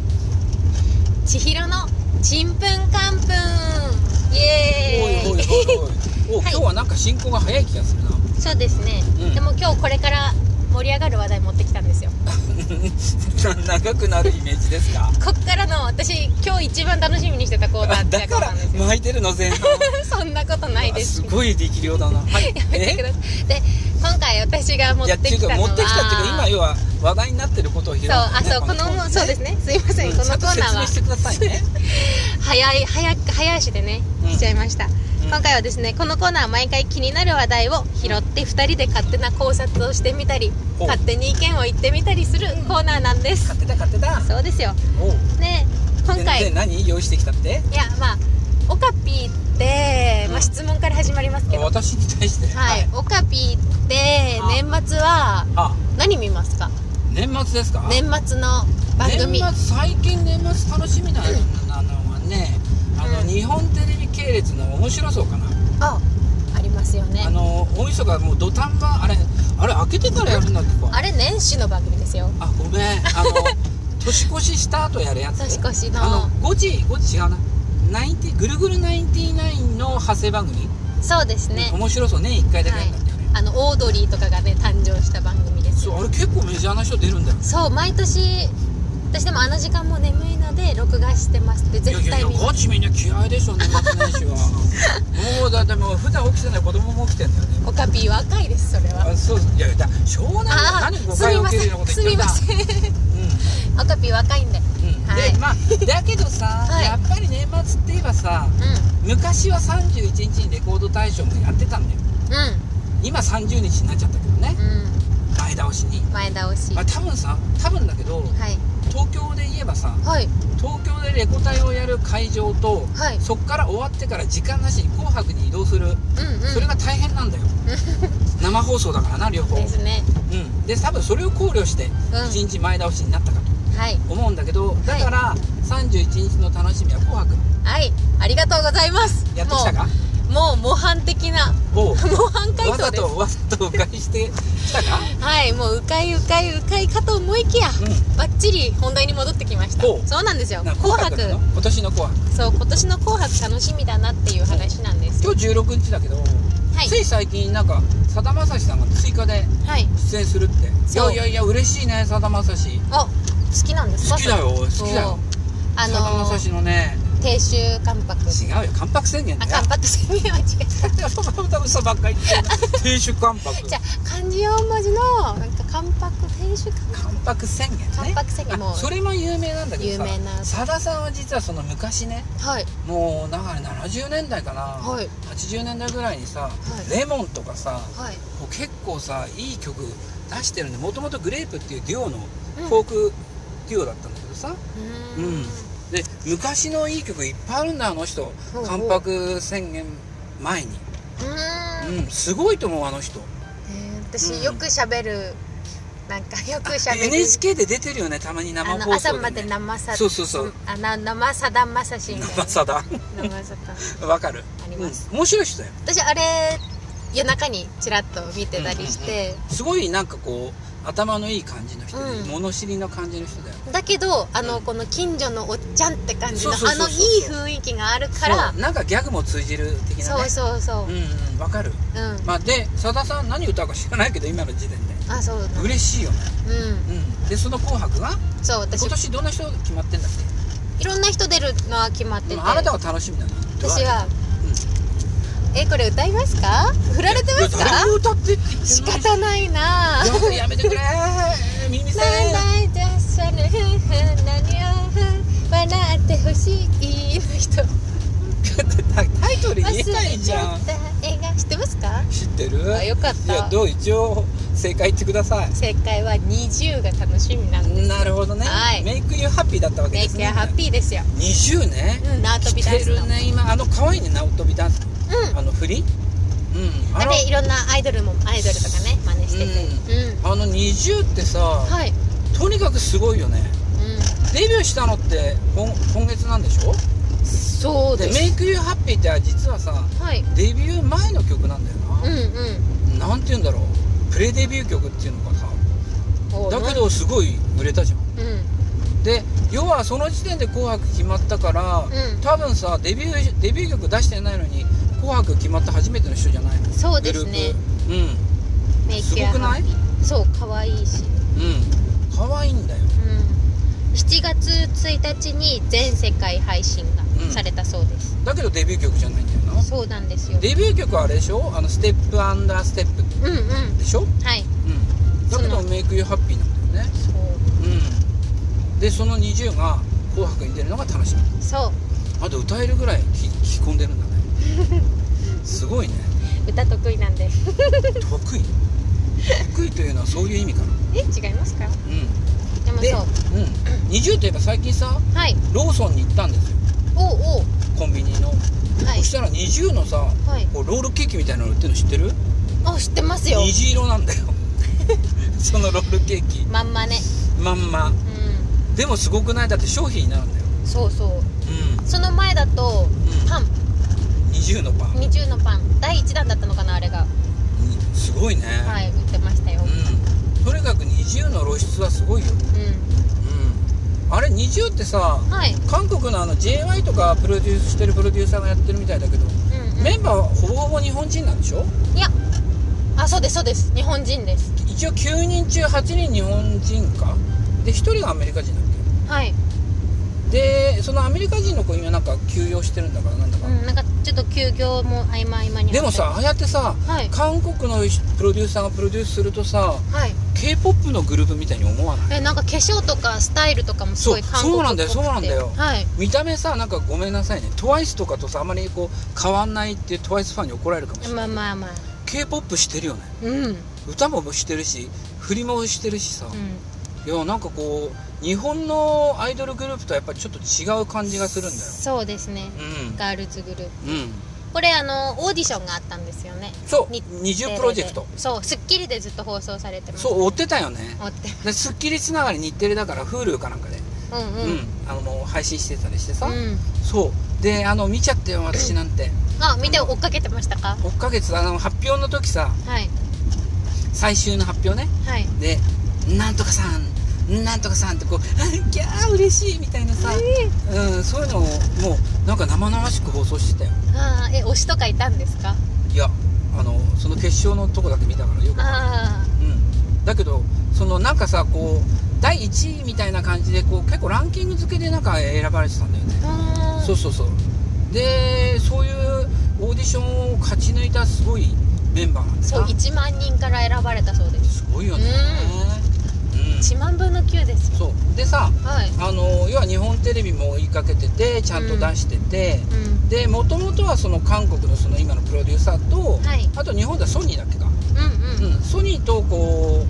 [SPEAKER 1] 「ちひろのちんぷんかんぷん」イ
[SPEAKER 2] おい
[SPEAKER 1] エーイ
[SPEAKER 2] おいおいおいお今
[SPEAKER 1] はい
[SPEAKER 2] 日はなんか進行が早い気がするな。
[SPEAKER 1] そうですね、
[SPEAKER 2] うん
[SPEAKER 1] でも今日これから盛り上がる話題持ってきたんですよ
[SPEAKER 2] な 長くなるイメージですか
[SPEAKER 1] こっからの私今日一番楽しみにしてたコーナー
[SPEAKER 2] あ
[SPEAKER 1] って
[SPEAKER 2] だ
[SPEAKER 1] やつ
[SPEAKER 2] から
[SPEAKER 1] なんですよ
[SPEAKER 2] 巻いてるの前半
[SPEAKER 1] そんなことないですす
[SPEAKER 2] ごい力量だな、はい、
[SPEAKER 1] やめてくださいで今回私が持
[SPEAKER 2] いや
[SPEAKER 1] っ
[SPEAKER 2] って
[SPEAKER 1] て
[SPEAKER 2] い
[SPEAKER 1] き
[SPEAKER 2] う
[SPEAKER 1] た
[SPEAKER 2] か
[SPEAKER 1] の
[SPEAKER 2] 持
[SPEAKER 1] は
[SPEAKER 2] ってきたっていうか今要は話題になってることを拾う
[SPEAKER 1] そうあそうこの
[SPEAKER 2] 本
[SPEAKER 1] そうですねすいません、
[SPEAKER 2] うん
[SPEAKER 1] このコーナー
[SPEAKER 2] ちゃんと説明して
[SPEAKER 1] は
[SPEAKER 2] くださいね
[SPEAKER 1] 早い早く早足でね
[SPEAKER 2] うん
[SPEAKER 1] 来ちゃいました、
[SPEAKER 2] んうん
[SPEAKER 1] 今回はですねこのコーナーは毎回気になる話題を拾って2人で勝手な考察をしてみたり
[SPEAKER 2] お
[SPEAKER 1] 勝手に意見を言ってみたりするコーナーなんです
[SPEAKER 2] 買ってた買ってた
[SPEAKER 1] そうですよ
[SPEAKER 2] おう
[SPEAKER 1] ね今
[SPEAKER 2] でで
[SPEAKER 1] 回い
[SPEAKER 2] 何用意してきたって
[SPEAKER 1] やまあオカピーって、ま
[SPEAKER 2] うん
[SPEAKER 1] あ、質問から始まりますけど、
[SPEAKER 2] 私に対して
[SPEAKER 1] はい、オカピーって年末は
[SPEAKER 2] あ
[SPEAKER 1] 何見ますか
[SPEAKER 2] 年末ですか
[SPEAKER 1] 年末の番組
[SPEAKER 2] 年末最近年末楽しみななのはねあの、
[SPEAKER 1] うん
[SPEAKER 2] 日本テレビ系列の面白そうかな、
[SPEAKER 1] あありますよね
[SPEAKER 2] あの大晦日もう土壇場あれあれ開けてからやるんだっけか
[SPEAKER 1] あれ年始の番組ですよ
[SPEAKER 2] あごめんあの 年越しした後やるやつ
[SPEAKER 1] 年越しの
[SPEAKER 2] あの5時5時違うなナインティぐるぐるナインティナインの派生番組、
[SPEAKER 1] そうですね
[SPEAKER 2] 面白そうね1回だけやるんだっけね、
[SPEAKER 1] あのオードリーとかがね誕生した番組です
[SPEAKER 2] そうあれ結構メジャーな人出るんだよ
[SPEAKER 1] そう毎年私でもあの時間も眠いので録画してますって絶
[SPEAKER 2] いや
[SPEAKER 1] 対
[SPEAKER 2] いやい
[SPEAKER 1] 見
[SPEAKER 2] や
[SPEAKER 1] ま
[SPEAKER 2] ガ
[SPEAKER 1] す
[SPEAKER 2] チみんな嫌いでしょ年末年始はもうだってもう普段起きてない子供も起きてんだよね
[SPEAKER 1] オカピーは赤いですそれは
[SPEAKER 2] あそういやだ湘南は
[SPEAKER 1] ああ
[SPEAKER 2] 何誤
[SPEAKER 1] す
[SPEAKER 2] 解
[SPEAKER 1] み
[SPEAKER 2] を受
[SPEAKER 1] ま
[SPEAKER 2] け
[SPEAKER 1] せ
[SPEAKER 2] るようなんこと
[SPEAKER 1] す
[SPEAKER 2] 言っ
[SPEAKER 1] み
[SPEAKER 2] て
[SPEAKER 1] ま
[SPEAKER 2] た
[SPEAKER 1] せんオカピー若いんでうん
[SPEAKER 2] うん、うん
[SPEAKER 1] はい
[SPEAKER 2] でまあだけどさ、
[SPEAKER 1] はい
[SPEAKER 2] やっぱり年末って言えばさ昔は31日にレコード大賞もやってたんだよ今30日になっちゃったけどね
[SPEAKER 1] うん
[SPEAKER 2] 前倒しに
[SPEAKER 1] うん前倒し
[SPEAKER 2] あ
[SPEAKER 1] は
[SPEAKER 2] 多分さ多分だけど
[SPEAKER 1] い
[SPEAKER 2] 東京で言えばさ
[SPEAKER 1] はい
[SPEAKER 2] 東京でレコ大をやる会場と
[SPEAKER 1] はい
[SPEAKER 2] そっから終わってから時間なしに「紅白」に移動する
[SPEAKER 1] うんうん
[SPEAKER 2] それが大 変なんだよ生放送だからな両方
[SPEAKER 1] ですね
[SPEAKER 2] うんで多分それを考慮して
[SPEAKER 1] うん
[SPEAKER 2] 1日前倒しになったか
[SPEAKER 1] はい
[SPEAKER 2] と思うんだけどだから31日の楽しみは「紅白
[SPEAKER 1] はいありがとうございます」
[SPEAKER 2] やってきたか
[SPEAKER 1] もうもう模範的な
[SPEAKER 2] お
[SPEAKER 1] 模
[SPEAKER 2] う
[SPEAKER 1] 範解
[SPEAKER 2] わ
[SPEAKER 1] 答
[SPEAKER 2] ざ
[SPEAKER 1] です
[SPEAKER 2] とわざと迂回してきたか
[SPEAKER 1] はいもううかいうかいうかいかと思いきや、
[SPEAKER 2] ん
[SPEAKER 1] ばっちり本題に戻ってきました
[SPEAKER 2] ほう
[SPEAKER 1] そうなんですよ
[SPEAKER 2] な
[SPEAKER 1] 「紅白
[SPEAKER 2] なの今年の「紅白
[SPEAKER 1] そう今年の「紅白」楽しみだなっていう話なんです」よ
[SPEAKER 2] 今日16日だけど、
[SPEAKER 1] はい
[SPEAKER 2] つい最近なんかさだまさしさんが追加で
[SPEAKER 1] はい
[SPEAKER 2] 出演するってい
[SPEAKER 1] そ
[SPEAKER 2] や
[SPEAKER 1] う
[SPEAKER 2] いやいや嬉しいねさだまさし
[SPEAKER 1] お好きなんですか
[SPEAKER 2] 好きだよ好
[SPEAKER 1] そう
[SPEAKER 2] きだよ
[SPEAKER 1] あ
[SPEAKER 2] さだま
[SPEAKER 1] の
[SPEAKER 2] さしのね
[SPEAKER 1] ー亭主関白
[SPEAKER 2] 違うよ関白宣言だ
[SPEAKER 1] あ
[SPEAKER 2] よ
[SPEAKER 1] 関白宣言は違う
[SPEAKER 2] 嘘ばっかり言ってる亭主関白
[SPEAKER 1] じゃあ漢字4文字のなんか関白亭主関白
[SPEAKER 2] 関白宣言ね
[SPEAKER 1] 関白宣言も
[SPEAKER 2] あそれも有名なんだけどさ
[SPEAKER 1] 有名な
[SPEAKER 2] さださんは実はその昔ね
[SPEAKER 1] はい
[SPEAKER 2] もうだから70年代かな、
[SPEAKER 1] はい
[SPEAKER 2] 80年代ぐらいにさ「
[SPEAKER 1] い
[SPEAKER 2] レモン」とかさ
[SPEAKER 1] はい
[SPEAKER 2] こう結構さいい曲出してるんでもともとグレープっていうデュオの
[SPEAKER 1] うん
[SPEAKER 2] フォークデュオだったんだけどさ、
[SPEAKER 1] うー
[SPEAKER 2] う
[SPEAKER 1] ん
[SPEAKER 2] んで昔のいい曲いっぱいあるんだあの人
[SPEAKER 1] ほうほ
[SPEAKER 2] 関
[SPEAKER 1] う
[SPEAKER 2] 白宣言前に、
[SPEAKER 1] うーん
[SPEAKER 2] うん、すごいと思うあの人
[SPEAKER 1] えー
[SPEAKER 2] うん
[SPEAKER 1] 私よく喋るなんかよく喋る
[SPEAKER 2] NHK で出てるよねたまに生
[SPEAKER 1] あ
[SPEAKER 2] 放送
[SPEAKER 1] の
[SPEAKER 2] で、ね、
[SPEAKER 1] 朝まで 生さ
[SPEAKER 2] そうそうそう
[SPEAKER 1] あな生さだまさしみたいな
[SPEAKER 2] 生さだ
[SPEAKER 1] 生さだ
[SPEAKER 2] わかる
[SPEAKER 1] あります、
[SPEAKER 2] うん面白い人だよ
[SPEAKER 1] 私あれ夜中にちらっと見てたりして、
[SPEAKER 2] すごいなんかこう頭のいい感じの人で、
[SPEAKER 1] うん
[SPEAKER 2] 物知りの感じの人だよ
[SPEAKER 1] だけどあの、
[SPEAKER 2] うん
[SPEAKER 1] この近所のおっちゃんって感じのあ
[SPEAKER 2] そうそうそ
[SPEAKER 1] の
[SPEAKER 2] う
[SPEAKER 1] い
[SPEAKER 2] そう
[SPEAKER 1] い雰囲気があるから
[SPEAKER 2] そうなんかギャグも通じる的な
[SPEAKER 1] そう,、
[SPEAKER 2] ね
[SPEAKER 1] そうそう
[SPEAKER 2] うんうんわかる
[SPEAKER 1] うん、
[SPEAKER 2] まあでさださん何歌うか知らないけど今の時点で
[SPEAKER 1] あそうなん
[SPEAKER 2] 嬉しいよね
[SPEAKER 1] うん
[SPEAKER 2] うんでその「紅白が」
[SPEAKER 1] そう私
[SPEAKER 2] 今年どんな人決まってんだっ
[SPEAKER 1] いろんな人出るのは決まって
[SPEAKER 2] け
[SPEAKER 1] て
[SPEAKER 2] まああなたが楽しみだな
[SPEAKER 1] 私は、
[SPEAKER 2] う
[SPEAKER 1] えこれ歌いますか振られてます
[SPEAKER 2] いや
[SPEAKER 1] か
[SPEAKER 2] 誰も歌ってって言ってな い
[SPEAKER 1] 仕方ないなぁ
[SPEAKER 2] いややめてくれ耳
[SPEAKER 1] なんだい
[SPEAKER 2] 栓
[SPEAKER 1] らっしゃるふんふん何をふん笑ってほしいの人
[SPEAKER 2] タイトル言えな
[SPEAKER 1] 忘
[SPEAKER 2] い
[SPEAKER 1] れ
[SPEAKER 2] じ
[SPEAKER 1] ち
[SPEAKER 2] ゃ
[SPEAKER 1] ゃ
[SPEAKER 2] ん
[SPEAKER 1] った映画知ってますか
[SPEAKER 2] 知ってる
[SPEAKER 1] あよかっ
[SPEAKER 2] いや
[SPEAKER 1] た
[SPEAKER 2] どう一応正解言ってください
[SPEAKER 1] 正解は20が楽しみなんです
[SPEAKER 2] なるほどね、
[SPEAKER 1] はい
[SPEAKER 2] メイクユーハッピーだったわけ
[SPEAKER 1] メ
[SPEAKER 2] で
[SPEAKER 1] イ
[SPEAKER 2] す
[SPEAKER 1] ク
[SPEAKER 2] ね
[SPEAKER 1] やハッピーですよ
[SPEAKER 2] 20ね
[SPEAKER 1] うん縄跳びダン
[SPEAKER 2] 来
[SPEAKER 1] ス
[SPEAKER 2] て
[SPEAKER 1] の
[SPEAKER 2] るね今あの可愛いね縄跳びダンス、
[SPEAKER 1] うん
[SPEAKER 2] あの振りうん
[SPEAKER 1] あ
[SPEAKER 2] の
[SPEAKER 1] れいろんなアイドルもアイドルとかね真似しててうん
[SPEAKER 2] あの20ってさ、
[SPEAKER 1] はい
[SPEAKER 2] とにかくすごいよね
[SPEAKER 1] う
[SPEAKER 2] デビューしたのって今今月なんでしょ
[SPEAKER 1] んそう
[SPEAKER 2] で
[SPEAKER 1] で
[SPEAKER 2] メ
[SPEAKER 1] す
[SPEAKER 2] イクユーハッピーって実はさ
[SPEAKER 1] はい
[SPEAKER 2] デビュー前の曲なんだよ
[SPEAKER 1] うん
[SPEAKER 2] な、なんて言うんだろうプレデビュー曲っていうのかさ
[SPEAKER 1] うん
[SPEAKER 2] だけどすごい売れたじゃん
[SPEAKER 1] うん
[SPEAKER 2] で要はその時点で「紅白」決まったから、
[SPEAKER 1] ん
[SPEAKER 2] 多分さデビューデビュー曲出してないのに「紅白」決まった初めての人じゃないの
[SPEAKER 1] そうですね
[SPEAKER 2] グルー
[SPEAKER 1] メイクや
[SPEAKER 2] すごくない
[SPEAKER 1] そう可愛いし
[SPEAKER 2] プうんうん可愛いんだよ
[SPEAKER 1] うん7月1日に全世界配信がされたそうです、
[SPEAKER 2] だけどデビュー曲じゃないんだよな
[SPEAKER 1] そうなんですよ
[SPEAKER 2] デビュー曲はあれでしょあのステップアンダーステップ
[SPEAKER 1] うんうん
[SPEAKER 2] でしょ
[SPEAKER 1] はい
[SPEAKER 2] うんだけ
[SPEAKER 1] そ
[SPEAKER 2] ど
[SPEAKER 1] う
[SPEAKER 2] メイクユーハッピーなんだよね
[SPEAKER 1] そう
[SPEAKER 2] うんでその20が「紅白」に出るのが楽しみ
[SPEAKER 1] そう
[SPEAKER 2] あと歌えるぐらいき着込んでるんだねすごいね
[SPEAKER 1] 歌得意なんです
[SPEAKER 2] 得意得意というのはそういう意味かな
[SPEAKER 1] え違いますか
[SPEAKER 2] う
[SPEAKER 1] でも
[SPEAKER 2] で
[SPEAKER 1] そ
[SPEAKER 2] んうん20といえば最近さ
[SPEAKER 1] うはい
[SPEAKER 2] ローソンに行ったんですよ
[SPEAKER 1] おうおう
[SPEAKER 2] コンビニの、
[SPEAKER 1] はい
[SPEAKER 2] そしたら20のさ
[SPEAKER 1] はい
[SPEAKER 2] こうロールケーキみたいなの売ってるの知ってる
[SPEAKER 1] あ知ってますよ
[SPEAKER 2] 虹色な んだよそのロールケーキ
[SPEAKER 1] まんまね
[SPEAKER 2] まんま
[SPEAKER 1] う
[SPEAKER 2] でもすごくないだって商品になるんだよ
[SPEAKER 1] んそうそう
[SPEAKER 2] う
[SPEAKER 1] その前だと
[SPEAKER 2] ん、
[SPEAKER 1] パン
[SPEAKER 2] うん、20のパン
[SPEAKER 1] 二重のパン第1弾だったのかなあれが
[SPEAKER 2] うんすごいね、
[SPEAKER 1] はい売ってましたよ
[SPEAKER 2] うんとにかく20の露出はすごいよ、
[SPEAKER 1] う
[SPEAKER 2] うん、あれ20ってさ
[SPEAKER 1] んはい
[SPEAKER 2] 韓国のあの JY とかプロデュースしてるプロデューサーがやってるみたいだけど
[SPEAKER 1] うんうん
[SPEAKER 2] メンバーはほぼほぼ日本人なんでしょ
[SPEAKER 1] いやあそうですそうです日本人です
[SPEAKER 2] 一応9人中8人日本人かで1人がアメリカ人だっ
[SPEAKER 1] はい、
[SPEAKER 2] けでそのアメリカ人の子今なんか休養してるんだからなんだか、
[SPEAKER 1] うん、なんかちょっと休業も合間合間に
[SPEAKER 2] でもさああやってさ
[SPEAKER 1] はい
[SPEAKER 2] 韓国のプロデューサーがプロデュースするとさ
[SPEAKER 1] はい
[SPEAKER 2] k p o p のグループみたいに思わない
[SPEAKER 1] えなんか化粧とかスタイルとかもすごい
[SPEAKER 2] そう
[SPEAKER 1] 韓国っぽくて
[SPEAKER 2] そうなんだよそう
[SPEAKER 1] はい
[SPEAKER 2] 見た目さなんかごめんなさいね TWICE とかとさあまりこう変わんないって TWICE ファンに怒られるかもしれない
[SPEAKER 1] まあまあまあ
[SPEAKER 2] k p o p してるよね
[SPEAKER 1] うん、うん、
[SPEAKER 2] 歌もしてるし振りもしてるしさ、いやなんかこう日本のアイドルグループとはやっぱりちょっと違う感じがするんだよ
[SPEAKER 1] そうですねガールズグループ
[SPEAKER 2] うん、うん、
[SPEAKER 1] これあのオーディションがあったんですよね
[SPEAKER 2] そう
[SPEAKER 1] に
[SPEAKER 2] 20プロジェクト
[SPEAKER 1] そう『スッキリ』でずっと放送されてます
[SPEAKER 2] そう追ってたよね
[SPEAKER 1] 追って
[SPEAKER 2] で『スッキリ』つながり日テレだから Hulu かなんかで、
[SPEAKER 1] うん
[SPEAKER 2] う
[SPEAKER 1] うん、うん、
[SPEAKER 2] あのもう配信してたりしてさ、そうであの見ちゃったよ私なんて
[SPEAKER 1] あ見て追っかけてましたか
[SPEAKER 2] 追っかけてたあの発表の時さ
[SPEAKER 1] はい
[SPEAKER 2] 最終の発表ね
[SPEAKER 1] はい
[SPEAKER 2] で「なんとかさんなんとかさん」ってこう 「ギャー嬉しい」みたいなさ、うん、そういうのをもうなんか生々しく放送してたよ
[SPEAKER 1] あーえ推しとかいたんですか
[SPEAKER 2] いやあのその決勝のとこだけ見たからよくわかんない
[SPEAKER 1] あ
[SPEAKER 2] うん、だけどそのなんかさこう第1位みたいな感じでこう結構ランキング付けでなんか選ばれてたんだよね、
[SPEAKER 1] あ
[SPEAKER 2] そうそうそうでそういうオーディションを勝ち抜いたすごいメンバーなんだ
[SPEAKER 1] そう
[SPEAKER 2] な
[SPEAKER 1] 1万人から選ばれたそうです
[SPEAKER 2] すごいよねうん、
[SPEAKER 1] 1万分の9ですよ
[SPEAKER 2] そうでさ
[SPEAKER 1] はい
[SPEAKER 2] あの要は日本テレビも追いかけててちゃんと出してて、
[SPEAKER 1] うん
[SPEAKER 2] でもともとはその韓国のその今のプロデューサーと、
[SPEAKER 1] はい
[SPEAKER 2] あと日本ではソニーだっけか、
[SPEAKER 1] うんうん、
[SPEAKER 2] うん、ソニーとこ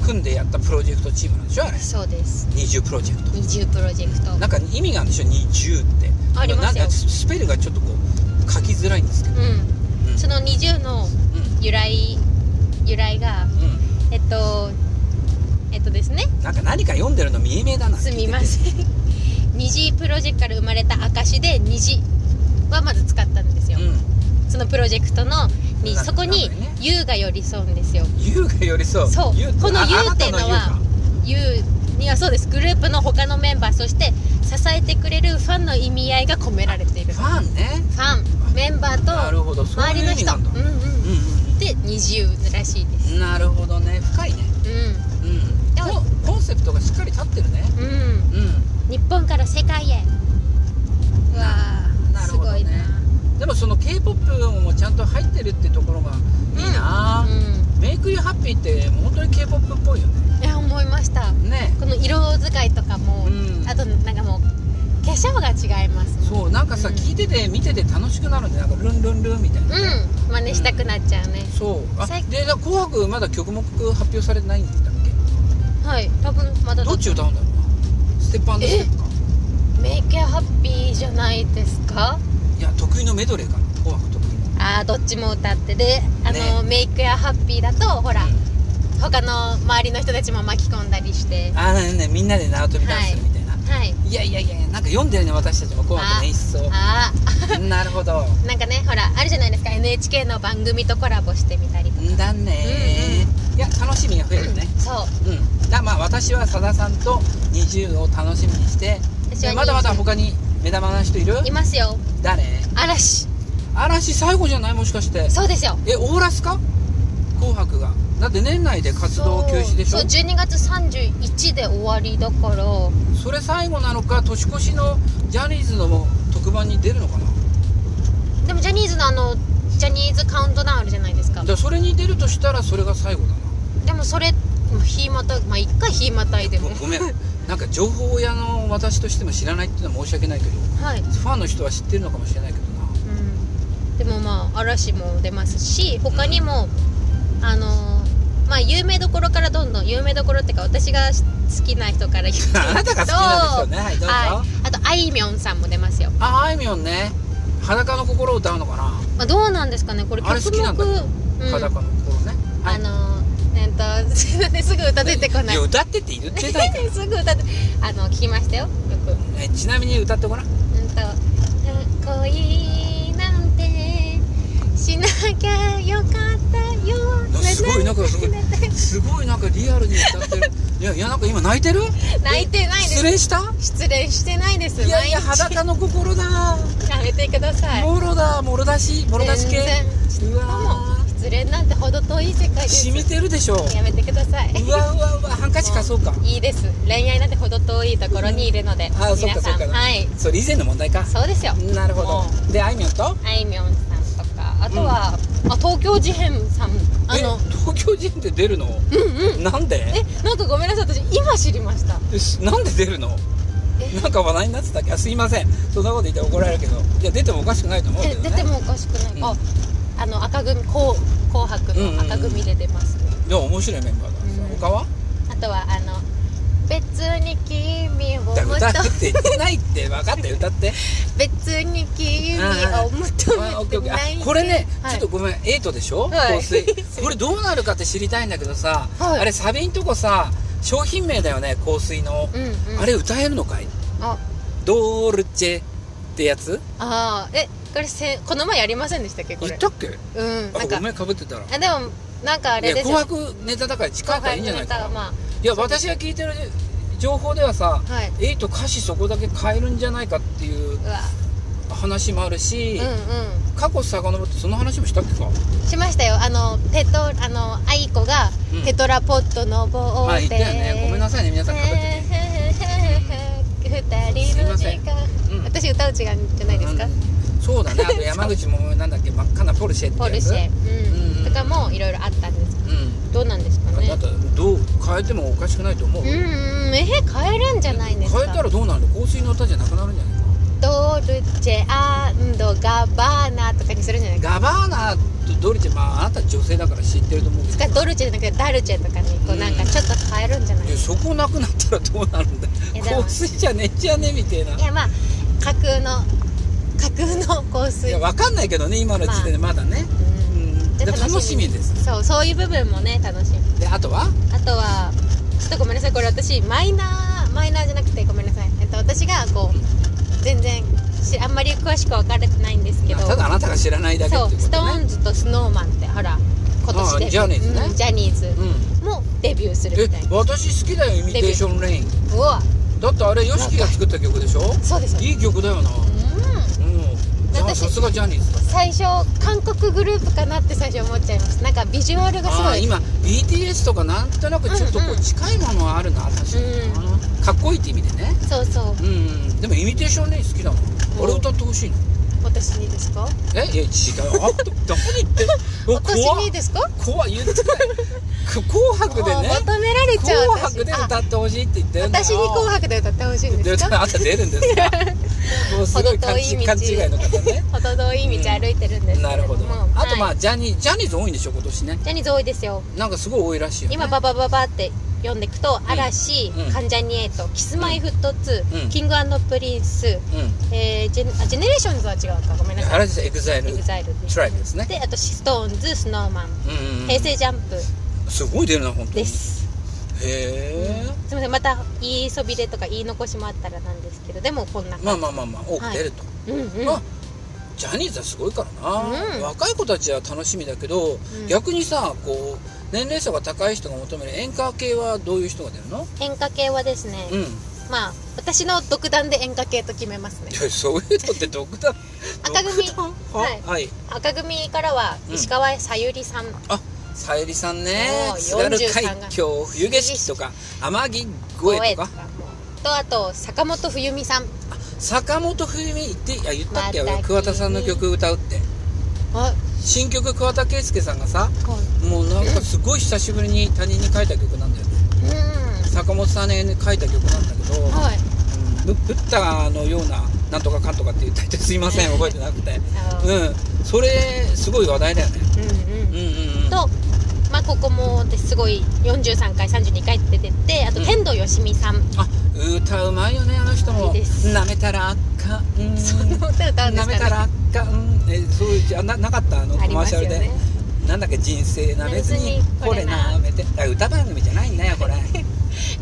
[SPEAKER 2] う組んでやったプロジェクトチームなんでしょあれ
[SPEAKER 1] そうです
[SPEAKER 2] 20プロジェクト
[SPEAKER 1] 二重プロジェクト
[SPEAKER 2] なんか意味があるんでしょ20って
[SPEAKER 1] ありますよ
[SPEAKER 2] なんかスペルがちょっとこう書きづらいんですけど
[SPEAKER 1] うん
[SPEAKER 2] うん
[SPEAKER 1] その二重の由来由来が
[SPEAKER 2] うん
[SPEAKER 1] えっとえっとですね
[SPEAKER 2] うんなんか何か読んでるの見え目だな
[SPEAKER 1] すみません二次プロジェクトから生まれた証で二次はまず使ったんですよ、
[SPEAKER 2] うん
[SPEAKER 1] そのプロジェクトのに
[SPEAKER 2] な
[SPEAKER 1] そこに
[SPEAKER 2] なるほどね
[SPEAKER 1] 優が寄り添うんですよ
[SPEAKER 2] 優が寄りそう
[SPEAKER 1] そう
[SPEAKER 2] 優
[SPEAKER 1] この
[SPEAKER 2] あ
[SPEAKER 1] 優
[SPEAKER 2] あなた
[SPEAKER 1] っていうのは優にはそうですグループの他のメンバーそして支えてくれるファンの意味合いが込められている
[SPEAKER 2] 優か
[SPEAKER 1] フ
[SPEAKER 2] ファンね
[SPEAKER 1] ァンメンバー
[SPEAKER 2] なる
[SPEAKER 1] と
[SPEAKER 2] ほどそう
[SPEAKER 1] 周り
[SPEAKER 2] いう
[SPEAKER 1] の
[SPEAKER 2] 意味
[SPEAKER 1] 人
[SPEAKER 2] な
[SPEAKER 1] うん
[SPEAKER 2] だ
[SPEAKER 1] んうん
[SPEAKER 2] うんうん
[SPEAKER 1] で二重らしいです
[SPEAKER 2] うんなるほどね深いね
[SPEAKER 1] う
[SPEAKER 2] うん
[SPEAKER 1] でも
[SPEAKER 2] コンコンセプトがしっかり立ってるね
[SPEAKER 1] んうん
[SPEAKER 2] う
[SPEAKER 1] 日本から世界へうわー
[SPEAKER 2] ななる
[SPEAKER 1] す
[SPEAKER 2] ほど
[SPEAKER 1] ご
[SPEAKER 2] ね
[SPEAKER 1] いな、
[SPEAKER 2] んでもその k p o p もちゃんと入ってるってところがいいな、
[SPEAKER 1] う
[SPEAKER 2] メイクユーハッピーって本当に k p o p っぽいよね
[SPEAKER 1] んいや思いました
[SPEAKER 2] ね
[SPEAKER 1] この色使いとかも、
[SPEAKER 2] うん
[SPEAKER 1] あとなんかもう化粧が違います
[SPEAKER 2] そうなんかさ、
[SPEAKER 1] うん
[SPEAKER 2] 聞いてて見てて楽しくなるんでなんかルンルンルンみたいな、
[SPEAKER 1] うん真似したくなっちゃうね、
[SPEAKER 2] そうあ
[SPEAKER 1] 最
[SPEAKER 2] でだ紅白まだ曲目発表されてないんだっけ
[SPEAKER 1] はい多分まだだ
[SPEAKER 2] どっち歌うんだろうなステップアンドステップか
[SPEAKER 1] メイクハッピーじゃないですか
[SPEAKER 2] いや得意のメドレーかな紅白得意の
[SPEAKER 1] あーどっちも歌ってであの、メイクやハッピーだとほら、
[SPEAKER 2] うん
[SPEAKER 1] 他の周りの人たちも巻き込んだりして
[SPEAKER 2] あーねみんなで縄跳びダンスするみたいな、
[SPEAKER 1] はい
[SPEAKER 2] い、やいやいやなんか読んでるね私たちも紅白の演出を
[SPEAKER 1] あ
[SPEAKER 2] なるほど
[SPEAKER 1] ーなんかねほらあるじゃないですか NHK の番組とコラボしてみたりとか
[SPEAKER 2] んだねいや楽しみが増えるね
[SPEAKER 1] そう
[SPEAKER 2] うんだまあ私はさださんと20を楽しみにして
[SPEAKER 1] 私は
[SPEAKER 2] まだまだ
[SPEAKER 1] 20
[SPEAKER 2] 他に目玉な人いる
[SPEAKER 1] いますよ
[SPEAKER 2] 誰
[SPEAKER 1] 嵐
[SPEAKER 2] 嵐最後じゃないもしかして
[SPEAKER 1] そうですよ
[SPEAKER 2] えオーラスか紅白がだって年内で活動休止でしょ
[SPEAKER 1] そうそう12月31で終わりだから
[SPEAKER 2] それ最後なのか年越しのジャニーズの特番に出るのかな
[SPEAKER 1] でもジャニーズのあのジャニーズカウントダウンあるじゃないですか
[SPEAKER 2] だからそれに出るとしたらそれが最後だな
[SPEAKER 1] でもそれもう日またまあ一回日またいでも
[SPEAKER 2] ごごめんなんか情報屋の私としても知らないっていうのは申し訳ないけど
[SPEAKER 1] はい、う
[SPEAKER 2] ファンの人は知ってるのかもしれないけどな、
[SPEAKER 1] ん、でもまあ嵐も出ますし他にも、あのーまあ有名どころからどんどん有名どころっていうか私が好きな人から言っていくと
[SPEAKER 2] あなたが好きなんですよねはいどうぞ、
[SPEAKER 1] はい、あとあいみょんさんも出ますよ、
[SPEAKER 2] ああいみょんね裸の心を歌うのかな、
[SPEAKER 1] まあ、どうなんですかねこれ
[SPEAKER 2] あれ
[SPEAKER 1] 曲
[SPEAKER 2] 好きなんだ
[SPEAKER 1] 目うん
[SPEAKER 2] 裸の心ね、は
[SPEAKER 1] あ
[SPEAKER 2] い
[SPEAKER 1] のえっと すいませんすぐ歌出てこない
[SPEAKER 2] や
[SPEAKER 1] い
[SPEAKER 2] 歌ってって言ってたよ
[SPEAKER 1] すぐ歌ってあの聞きましたよよくうん
[SPEAKER 2] えちなみに歌ってごらん
[SPEAKER 1] と恋なんてしなきゃよかったよ
[SPEAKER 2] すごいなんかすごいすごいなんかリアルに歌ってるいやいやなんか今泣いてる
[SPEAKER 1] 泣いてないです
[SPEAKER 2] 失礼した
[SPEAKER 1] 失礼してないです
[SPEAKER 2] いやいや
[SPEAKER 1] 毎日
[SPEAKER 2] 裸の心だ
[SPEAKER 1] やめてください
[SPEAKER 2] ボロだボロ出しボロ出し系
[SPEAKER 1] 全然
[SPEAKER 2] う
[SPEAKER 1] も
[SPEAKER 2] わ
[SPEAKER 1] う失恋なんてほど遠い世界で
[SPEAKER 2] ー
[SPEAKER 1] す
[SPEAKER 2] 染みてるでしょう
[SPEAKER 1] やめてください
[SPEAKER 2] わうわうわハンカチ貸そうか
[SPEAKER 1] いいです恋愛なんてほど遠いところにいるので
[SPEAKER 2] あーそっ
[SPEAKER 1] 皆
[SPEAKER 2] かそっ
[SPEAKER 1] さん
[SPEAKER 2] か
[SPEAKER 1] はい
[SPEAKER 2] それ以前の問題か
[SPEAKER 1] そうですよ
[SPEAKER 2] なるほ
[SPEAKER 1] も
[SPEAKER 2] どであいみょんと
[SPEAKER 1] あいみょんさんとかあとは、あ東京事変さんあの
[SPEAKER 2] え東京人って出るの
[SPEAKER 1] うんうん
[SPEAKER 2] なんで
[SPEAKER 1] えなんかごめんなさい私今知りました
[SPEAKER 2] えしなんで出るの
[SPEAKER 1] え
[SPEAKER 2] なんか話題になってたっけあすいませんそんなこと言って怒られるけどいや出てもおかしくないと思うけ
[SPEAKER 1] え
[SPEAKER 2] どね
[SPEAKER 1] 出てもおかしくない、
[SPEAKER 2] うん
[SPEAKER 1] ああの赤組紅紅白の赤組で出ます、
[SPEAKER 2] でも面白いメンバーが、
[SPEAKER 1] うん
[SPEAKER 2] 他は
[SPEAKER 1] あとはあの別に君を
[SPEAKER 2] だ
[SPEAKER 1] 求
[SPEAKER 2] 歌って
[SPEAKER 1] め
[SPEAKER 2] って言ってないって分かって 歌って
[SPEAKER 1] 別に君を
[SPEAKER 2] あオッ
[SPEAKER 1] 求
[SPEAKER 2] ケー
[SPEAKER 1] め
[SPEAKER 2] オッ
[SPEAKER 1] て
[SPEAKER 2] ケーあ
[SPEAKER 1] ないで
[SPEAKER 2] これね、
[SPEAKER 1] はい
[SPEAKER 2] ちょっとごめんエイトでしょ、
[SPEAKER 1] はい
[SPEAKER 2] 香水これどうなるかって知りたいんだけどさ、
[SPEAKER 1] はい
[SPEAKER 2] あれサビんとこさ商品名だよね香水の、
[SPEAKER 1] うんうん
[SPEAKER 2] あれ歌えるのかい
[SPEAKER 1] あ
[SPEAKER 2] ドールチェってやつ
[SPEAKER 1] あーえこれせこの前やりませんでしたっけこ
[SPEAKER 2] 言
[SPEAKER 1] れ
[SPEAKER 2] ったっけ
[SPEAKER 1] うんなん
[SPEAKER 2] あご
[SPEAKER 1] か
[SPEAKER 2] めんかぶってたら
[SPEAKER 1] あでもなんかあ
[SPEAKER 2] い
[SPEAKER 1] れ
[SPEAKER 2] や
[SPEAKER 1] です
[SPEAKER 2] 紅
[SPEAKER 1] よ
[SPEAKER 2] 白ネタだから近いからいいんじゃないかな、
[SPEAKER 1] 紅白の歌ま
[SPEAKER 2] いや私が聞いてる情報ではさ、
[SPEAKER 1] あはい
[SPEAKER 2] エイト歌詞そこだけ変えるんじゃないかっていう
[SPEAKER 1] うわ
[SPEAKER 2] 話もあるし、
[SPEAKER 1] うん
[SPEAKER 2] 過去遡ってその話もしたっけか
[SPEAKER 1] うんしましたよあのテトあのアイコが
[SPEAKER 2] うん
[SPEAKER 1] テトラポットの棒
[SPEAKER 2] あ
[SPEAKER 1] で
[SPEAKER 2] 言ったよねごめんなさいね皆さんかぶってて
[SPEAKER 1] 二人の時間
[SPEAKER 2] うん
[SPEAKER 1] 私歌う違うんじゃないですか
[SPEAKER 2] うんそうだねあと山口百恵なんだっけ真っ赤なポルシェって
[SPEAKER 1] ポ
[SPEAKER 2] やつ
[SPEAKER 1] ルシェ
[SPEAKER 2] うんうん
[SPEAKER 1] うんとかもいろいろあったんです
[SPEAKER 2] うん
[SPEAKER 1] どうなんですかね
[SPEAKER 2] だってどう変えてもおかしくないと思う、
[SPEAKER 1] うんうんえ変えるんじゃないんですか
[SPEAKER 2] 変えたらどうなるの香水の歌じゃなくなるんじゃない
[SPEAKER 1] ドルチェガバーナとかにするんじゃないか
[SPEAKER 2] ガバーナとドルチェまああなた女性だから知ってると思うけ
[SPEAKER 1] そ
[SPEAKER 2] ど
[SPEAKER 1] れからドルチェじゃなくてダルチェとかにこ
[SPEAKER 2] う
[SPEAKER 1] うんなんかちょっと変えるんじゃない
[SPEAKER 2] いやそこなくなったらどうなるんだよ
[SPEAKER 1] いやでも
[SPEAKER 2] 香水じゃねえじゃねえみたいない
[SPEAKER 1] やまあ架空の 架空の香
[SPEAKER 2] い
[SPEAKER 1] 水
[SPEAKER 2] やわかんないけどね今の時点でまだね、
[SPEAKER 1] う
[SPEAKER 2] うんんで
[SPEAKER 1] じゃあ
[SPEAKER 2] 楽しみです
[SPEAKER 1] そうそういう部分もね楽しみ
[SPEAKER 2] であとは
[SPEAKER 1] あとはちょっとごめんなさいこれ私マイナーマイナーじゃなくてごめんなさい、えっと、私がこう全然しあんまり詳しく分かれてないんですけど
[SPEAKER 2] ただあなたが知らないだけ
[SPEAKER 1] そう、
[SPEAKER 2] っていう
[SPEAKER 1] ス
[SPEAKER 2] こ
[SPEAKER 1] ト
[SPEAKER 2] と
[SPEAKER 1] ー
[SPEAKER 2] ね
[SPEAKER 1] ンズとスノーマンってほら今年
[SPEAKER 2] あ
[SPEAKER 1] で
[SPEAKER 2] ジャニーズね
[SPEAKER 1] うんジャニーズ
[SPEAKER 2] うん
[SPEAKER 1] もデビューするみたい
[SPEAKER 2] え
[SPEAKER 1] な
[SPEAKER 2] 私好きだよイミテーションレイン
[SPEAKER 1] うわ
[SPEAKER 2] だってあれ YOSHIKI が作った曲でしょ
[SPEAKER 1] そうですよね
[SPEAKER 2] いい曲だよな
[SPEAKER 1] う
[SPEAKER 2] うんんじゃあ
[SPEAKER 1] 私
[SPEAKER 2] さすがジャニーズだ
[SPEAKER 1] 最初韓国グループかなって最初思っちゃいましたなんかビジュアルがす
[SPEAKER 2] あ
[SPEAKER 1] ご
[SPEAKER 2] あ
[SPEAKER 1] い
[SPEAKER 2] 今 BTS とかなんとなくちょっとこ
[SPEAKER 1] うんう
[SPEAKER 2] うん近いものはあるな確かになかっこいいって意味でね
[SPEAKER 1] そうそう
[SPEAKER 2] うんうんでもイミテーションレイン好きだもん俺歌ってほしいの
[SPEAKER 1] 私にですか
[SPEAKER 2] えいや違うあどどこに行ってうわ
[SPEAKER 1] 私
[SPEAKER 2] 怖っ
[SPEAKER 1] にですか
[SPEAKER 2] 怖い言ってないく紅白で
[SPEAKER 1] もう
[SPEAKER 2] ね
[SPEAKER 1] 求められちゃう
[SPEAKER 2] 紅白で
[SPEAKER 1] 私
[SPEAKER 2] 歌ってほしいって言って
[SPEAKER 1] あ
[SPEAKER 2] るんだよ
[SPEAKER 1] 私に紅白で歌ってほしいんです
[SPEAKER 2] で
[SPEAKER 1] か
[SPEAKER 2] あんた出るんですかもうすごい勘違い勘違いの方ね
[SPEAKER 1] 程遠い道歩いてるんですけ
[SPEAKER 2] な
[SPEAKER 1] れ
[SPEAKER 2] るほ
[SPEAKER 1] も
[SPEAKER 2] どあとま
[SPEAKER 1] はい
[SPEAKER 2] あジャニージャニーズ多いんでしょ今年ね
[SPEAKER 1] ジャニーズ多いですよ
[SPEAKER 2] なんかすごい多いらしいよね
[SPEAKER 1] 今ババババって読んでいくと「嵐」
[SPEAKER 2] うん
[SPEAKER 1] 関ジャニエイト」「キスマイフット2」
[SPEAKER 2] うん
[SPEAKER 1] キングプリンス」
[SPEAKER 2] う
[SPEAKER 1] えージェネあジェネレーションズは違うかごめん
[SPEAKER 2] ん
[SPEAKER 1] なさ
[SPEAKER 2] あ
[SPEAKER 1] い
[SPEAKER 2] れですエグザイル
[SPEAKER 1] EXILE
[SPEAKER 2] トライブですね
[SPEAKER 1] であとシストーンズスノーマン
[SPEAKER 2] うんうんうん
[SPEAKER 1] 平成ジャンプ
[SPEAKER 2] すごい出るな本当に
[SPEAKER 1] で
[SPEAKER 2] へ
[SPEAKER 1] す、
[SPEAKER 2] え
[SPEAKER 1] すみませんまた言いそびれとか言い残しもあったらなんですけどでもこんな
[SPEAKER 2] まあまあまあまあ多く出ると
[SPEAKER 1] うんうん
[SPEAKER 2] まあジャニーズはすごいから
[SPEAKER 1] う
[SPEAKER 2] なん若い子たちは楽しみだけど
[SPEAKER 1] ん
[SPEAKER 2] 逆にさこう年齢層が高い人が求める演歌系はどういう人が出るの
[SPEAKER 1] 演歌系はですね、
[SPEAKER 2] うんい
[SPEAKER 1] まあ私の独断で演歌系と決めますね
[SPEAKER 2] やそういうのって独断
[SPEAKER 1] 赤組
[SPEAKER 2] 独断は
[SPEAKER 1] はい
[SPEAKER 2] はい
[SPEAKER 1] 赤組からは石川さゆりさん、
[SPEAKER 2] さゆりさんね
[SPEAKER 1] そう
[SPEAKER 2] 津軽海
[SPEAKER 1] 43が
[SPEAKER 2] 峡冬景色とか天城越えとか
[SPEAKER 1] もとあと坂本冬美さん
[SPEAKER 2] 坂本冬美言っていや言ったっけ
[SPEAKER 1] また
[SPEAKER 2] 俺桑田さんの曲歌うって
[SPEAKER 1] あ
[SPEAKER 2] 新曲桑田佳祐さんがさ
[SPEAKER 1] こ
[SPEAKER 2] もうなんかすごい久しぶりに他人に書いた曲なんだよね
[SPEAKER 1] ううん
[SPEAKER 2] 坂本さんに書いた曲なんだけど
[SPEAKER 1] はい
[SPEAKER 2] 「うんブブッダのようななんとかかんとか」っていうタイトルすいません覚えてなくて
[SPEAKER 1] あの
[SPEAKER 2] うんそれすごい話題だよね
[SPEAKER 1] うんうん
[SPEAKER 2] うんうんうん
[SPEAKER 1] と、まあ、ここも私すごい43回32回って出てあと
[SPEAKER 2] うん
[SPEAKER 1] 天童よしみさん、
[SPEAKER 2] あ歌うまいよねあの人も
[SPEAKER 1] いいです
[SPEAKER 2] なめたらあかん
[SPEAKER 1] その歌歌うんで
[SPEAKER 2] な
[SPEAKER 1] す
[SPEAKER 2] め
[SPEAKER 1] かね
[SPEAKER 2] たらあかんえそういうじゃななかったあの
[SPEAKER 1] あ
[SPEAKER 2] コ
[SPEAKER 1] り
[SPEAKER 2] マ
[SPEAKER 1] ま
[SPEAKER 2] ーシ
[SPEAKER 1] す
[SPEAKER 2] ャ
[SPEAKER 1] よ
[SPEAKER 2] ルで、
[SPEAKER 1] ね
[SPEAKER 2] なんだっけ人生なめずに
[SPEAKER 1] なめずに
[SPEAKER 2] こ
[SPEAKER 1] こ
[SPEAKER 2] れ
[SPEAKER 1] れ
[SPEAKER 2] な
[SPEAKER 1] な
[SPEAKER 2] めてあ歌番組じゃないんだよこれ
[SPEAKER 1] こ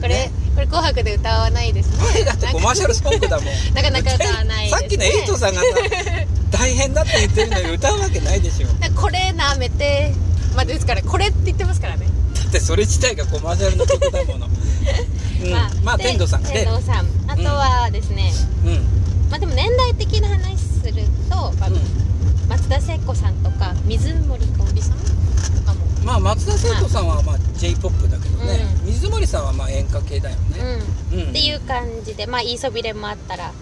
[SPEAKER 1] れこれ「紅白」で歌わないですね
[SPEAKER 2] だってコマーシャルソングだもん
[SPEAKER 1] なかなか歌わないですね
[SPEAKER 2] さっきのエイトさんがさ 大変だって言ってるのに歌うわけないでし
[SPEAKER 1] だ
[SPEAKER 2] ょ
[SPEAKER 1] からこれなめてまあですからこれって言ってますからね、
[SPEAKER 2] だってそれ自体がコマーシャルの曲だ もの、うん、まあ、
[SPEAKER 1] で
[SPEAKER 2] 天童さんがね
[SPEAKER 1] 天童さんあとはですね、
[SPEAKER 2] うん
[SPEAKER 1] まあでも年代的な話すると、まあ
[SPEAKER 2] う
[SPEAKER 1] 松田聖子さんとか水森かおりさんとかも、
[SPEAKER 2] ん、まあ松田聖子さんはまあ j p o p だけどね、
[SPEAKER 1] うん
[SPEAKER 2] 水森さんはまあ演歌系だよね、
[SPEAKER 1] うん
[SPEAKER 2] うん
[SPEAKER 1] っていう感じでまあ言いそびれもあったら、ま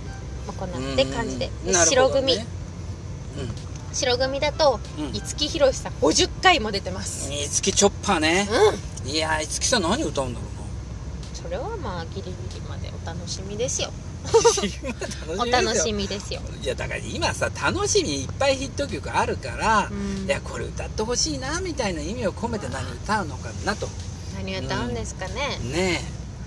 [SPEAKER 1] あ、こんなって感じで,で、
[SPEAKER 2] うんなるほ
[SPEAKER 1] 白
[SPEAKER 2] ど
[SPEAKER 1] 組、
[SPEAKER 2] ね
[SPEAKER 1] 白組だと、
[SPEAKER 2] うん
[SPEAKER 1] 五木ひろしさん50回も出てます
[SPEAKER 2] うん五木チョッパーね
[SPEAKER 1] う、ん
[SPEAKER 2] いやー五木さん何歌うんだろ
[SPEAKER 1] それはまあギリギリまでお楽しみですよ
[SPEAKER 2] うな
[SPEAKER 1] お楽し
[SPEAKER 2] み
[SPEAKER 1] みですよ、
[SPEAKER 2] いやだから今さ楽しみいっぱいヒット曲あるから、
[SPEAKER 1] うん
[SPEAKER 2] いやこれ歌ってほしいなみたいな意味を込めて何歌うのかなと
[SPEAKER 1] 何歌うんですかね、
[SPEAKER 2] ね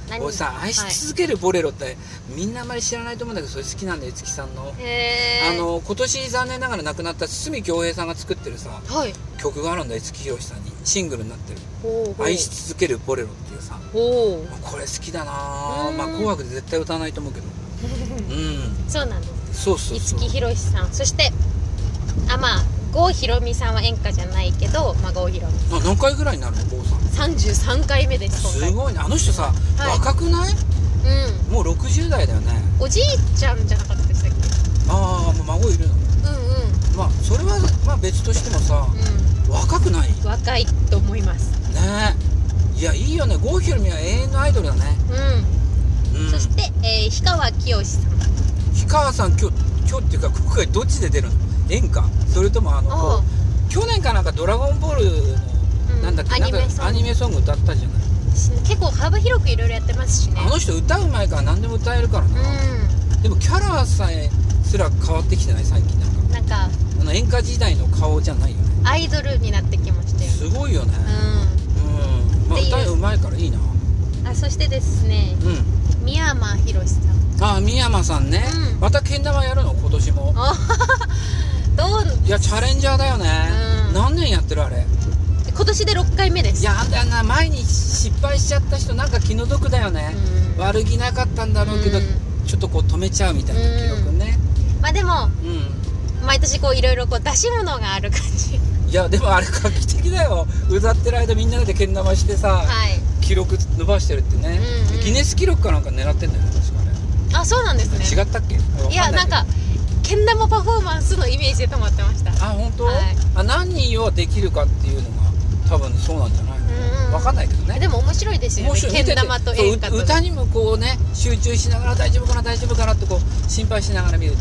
[SPEAKER 2] え
[SPEAKER 1] 何
[SPEAKER 2] 俺さ愛
[SPEAKER 1] はい
[SPEAKER 2] し続けるボレロって、みんなあんまり知らないと思うんだけどそれ好きなんだよ五木さんの、
[SPEAKER 1] へー
[SPEAKER 2] あの今年残念ながら亡くなった堤恭平さんが作ってるさ
[SPEAKER 1] はい
[SPEAKER 2] 曲があるんだよ五木ひろしさんにシングルになってる
[SPEAKER 1] ほう
[SPEAKER 2] 「愛し続けるボレロ」っていうさ
[SPEAKER 1] ほう
[SPEAKER 2] まあこれ好きだなあ
[SPEAKER 1] うん
[SPEAKER 2] まあ「紅白」で絶対歌わないと思うけどうん
[SPEAKER 1] そうなんです
[SPEAKER 2] そうそうそ
[SPEAKER 1] 五
[SPEAKER 2] う
[SPEAKER 1] 木ひろしさんそしてあまあ郷ひろみさんは演歌じゃないけど、まあ、郷ひろみ
[SPEAKER 2] あ何回ぐらいになるの郷さん
[SPEAKER 1] 33回目です今
[SPEAKER 2] す
[SPEAKER 1] 回
[SPEAKER 2] ごいねあの人さ、
[SPEAKER 1] はい
[SPEAKER 2] 若くない
[SPEAKER 1] うん
[SPEAKER 2] もう60代だよね
[SPEAKER 1] おじいちゃんじゃなかったでしたっけ
[SPEAKER 2] ああもう孫いるの
[SPEAKER 1] うんうん
[SPEAKER 2] まあそれはまあ別としてもさ
[SPEAKER 1] う
[SPEAKER 2] 若くないね
[SPEAKER 1] ん若いと思います
[SPEAKER 2] いやいいよね郷ひろみは永遠のアイドルだね
[SPEAKER 1] うん、
[SPEAKER 2] うん
[SPEAKER 1] そして、えー、氷川きよしさん
[SPEAKER 2] 氷川さん今日今日っていうか今回どっちで出るの演歌それともあの
[SPEAKER 1] ああ
[SPEAKER 2] 去年かなんか「ドラゴンボール」の、
[SPEAKER 1] うん
[SPEAKER 2] なんだっけ
[SPEAKER 1] アニメ
[SPEAKER 2] なんか
[SPEAKER 1] ソング
[SPEAKER 2] アニメソング歌ったじゃない
[SPEAKER 1] 結構幅広くいろいろやってますしね
[SPEAKER 2] あの人歌う前から何でも歌えるからな、でもキャラさえすら変わってきてない最近なんか
[SPEAKER 1] うんなんか
[SPEAKER 2] あの演歌時代の顔じゃないよね
[SPEAKER 1] アイドルになってきましたよね
[SPEAKER 2] すごいよねうん、まあ、
[SPEAKER 1] っていう
[SPEAKER 2] 歌うまいからいいなう
[SPEAKER 1] うんあそしてですね
[SPEAKER 2] ん
[SPEAKER 1] 三山ひろしさん
[SPEAKER 2] ああ三山さんね、
[SPEAKER 1] うん
[SPEAKER 2] またけん玉やるの今年も
[SPEAKER 1] あどう
[SPEAKER 2] いやチャレンジャーだよね、
[SPEAKER 1] うん
[SPEAKER 2] 何年やってるあれ
[SPEAKER 1] 今年で6回目です
[SPEAKER 2] いやあんだよな前に失敗しちゃった人なんか気の毒だよね、
[SPEAKER 1] うん
[SPEAKER 2] 悪気なかったんだろうけど、
[SPEAKER 1] うん
[SPEAKER 2] ちょっとこう止めちゃうみたいな記録ね
[SPEAKER 1] まあでも
[SPEAKER 2] う
[SPEAKER 1] 毎年こういろいろこう出し物がある感じ
[SPEAKER 2] んいやでもあれ画期的だよ歌ってる間みんなでけん玉してさ、
[SPEAKER 1] はい
[SPEAKER 2] 記録伸ばしてるってね、
[SPEAKER 1] うんうん
[SPEAKER 2] ギネス記録かなんか狙ってんだよね確かね
[SPEAKER 1] あそうなんですね
[SPEAKER 2] 違ったっけわかんない
[SPEAKER 1] やなんかけん玉パフォーマンスのイメージで止まってました
[SPEAKER 2] あ本当、
[SPEAKER 1] はい
[SPEAKER 2] あ何人をできるかっていうのが多分そうなんじゃないの、
[SPEAKER 1] うんうん
[SPEAKER 2] わかんないけどね
[SPEAKER 1] でも面白いですよねけ
[SPEAKER 2] 見て
[SPEAKER 1] ん
[SPEAKER 2] て
[SPEAKER 1] 玉と演歌
[SPEAKER 2] そう
[SPEAKER 1] と
[SPEAKER 2] う歌にもこうね集中しながら大丈夫かな大丈夫かなってこう心配しながら見る、
[SPEAKER 1] う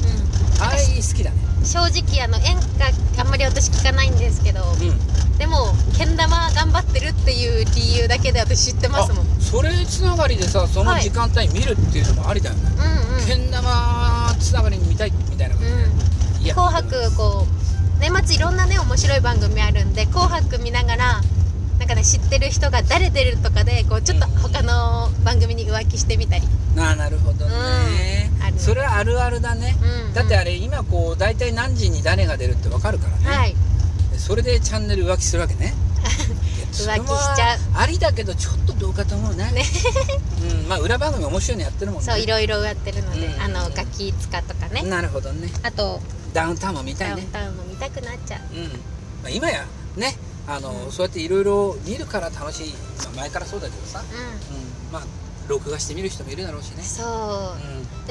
[SPEAKER 2] あれ好きだね
[SPEAKER 1] ん正直あの演歌あんまり私聞かないんですけど
[SPEAKER 2] うん
[SPEAKER 1] でもけん玉頑張ってるっていう理由だけで私知ってますもんうんうん
[SPEAKER 2] あそれつながりでさその時間帯見るっていうのもありだよね、けん玉つながりに見たいみたいなこと、
[SPEAKER 1] うん
[SPEAKER 2] いや
[SPEAKER 1] 紅白こう年末いろんなね面白い番組あるんで紅白見ながらなんかね知ってる人が誰出るとかでこうちょっと他の番組に浮気してみたり
[SPEAKER 2] ああなるほどね、
[SPEAKER 1] うんある
[SPEAKER 2] それはあるあるだね、
[SPEAKER 1] うんうん
[SPEAKER 2] だってあれ今こう大体何時に誰が出るって分かるからね、
[SPEAKER 1] はい
[SPEAKER 2] それでチャンネル浮気するわけねいや
[SPEAKER 1] 浮気しちゃう
[SPEAKER 2] それはありだけどちょっとどうかと思うねうん、まあ裏番組面白いのやってるもんね
[SPEAKER 1] そういろいろやってるので、
[SPEAKER 2] うん
[SPEAKER 1] あのガキ使とかね、
[SPEAKER 2] なるほどね
[SPEAKER 1] あと
[SPEAKER 2] ダウンタウンも見た
[SPEAKER 1] ダ
[SPEAKER 2] い
[SPEAKER 1] ウン
[SPEAKER 2] ね
[SPEAKER 1] タウンも見たくなっちゃう、
[SPEAKER 2] うん、まあ、今やねあの、そうやっていろいろ見るから楽しい、まあ、前からそうだけどさ、
[SPEAKER 1] う
[SPEAKER 2] うん、まあ録画して見る人もいるだろうしね
[SPEAKER 1] ん、そう、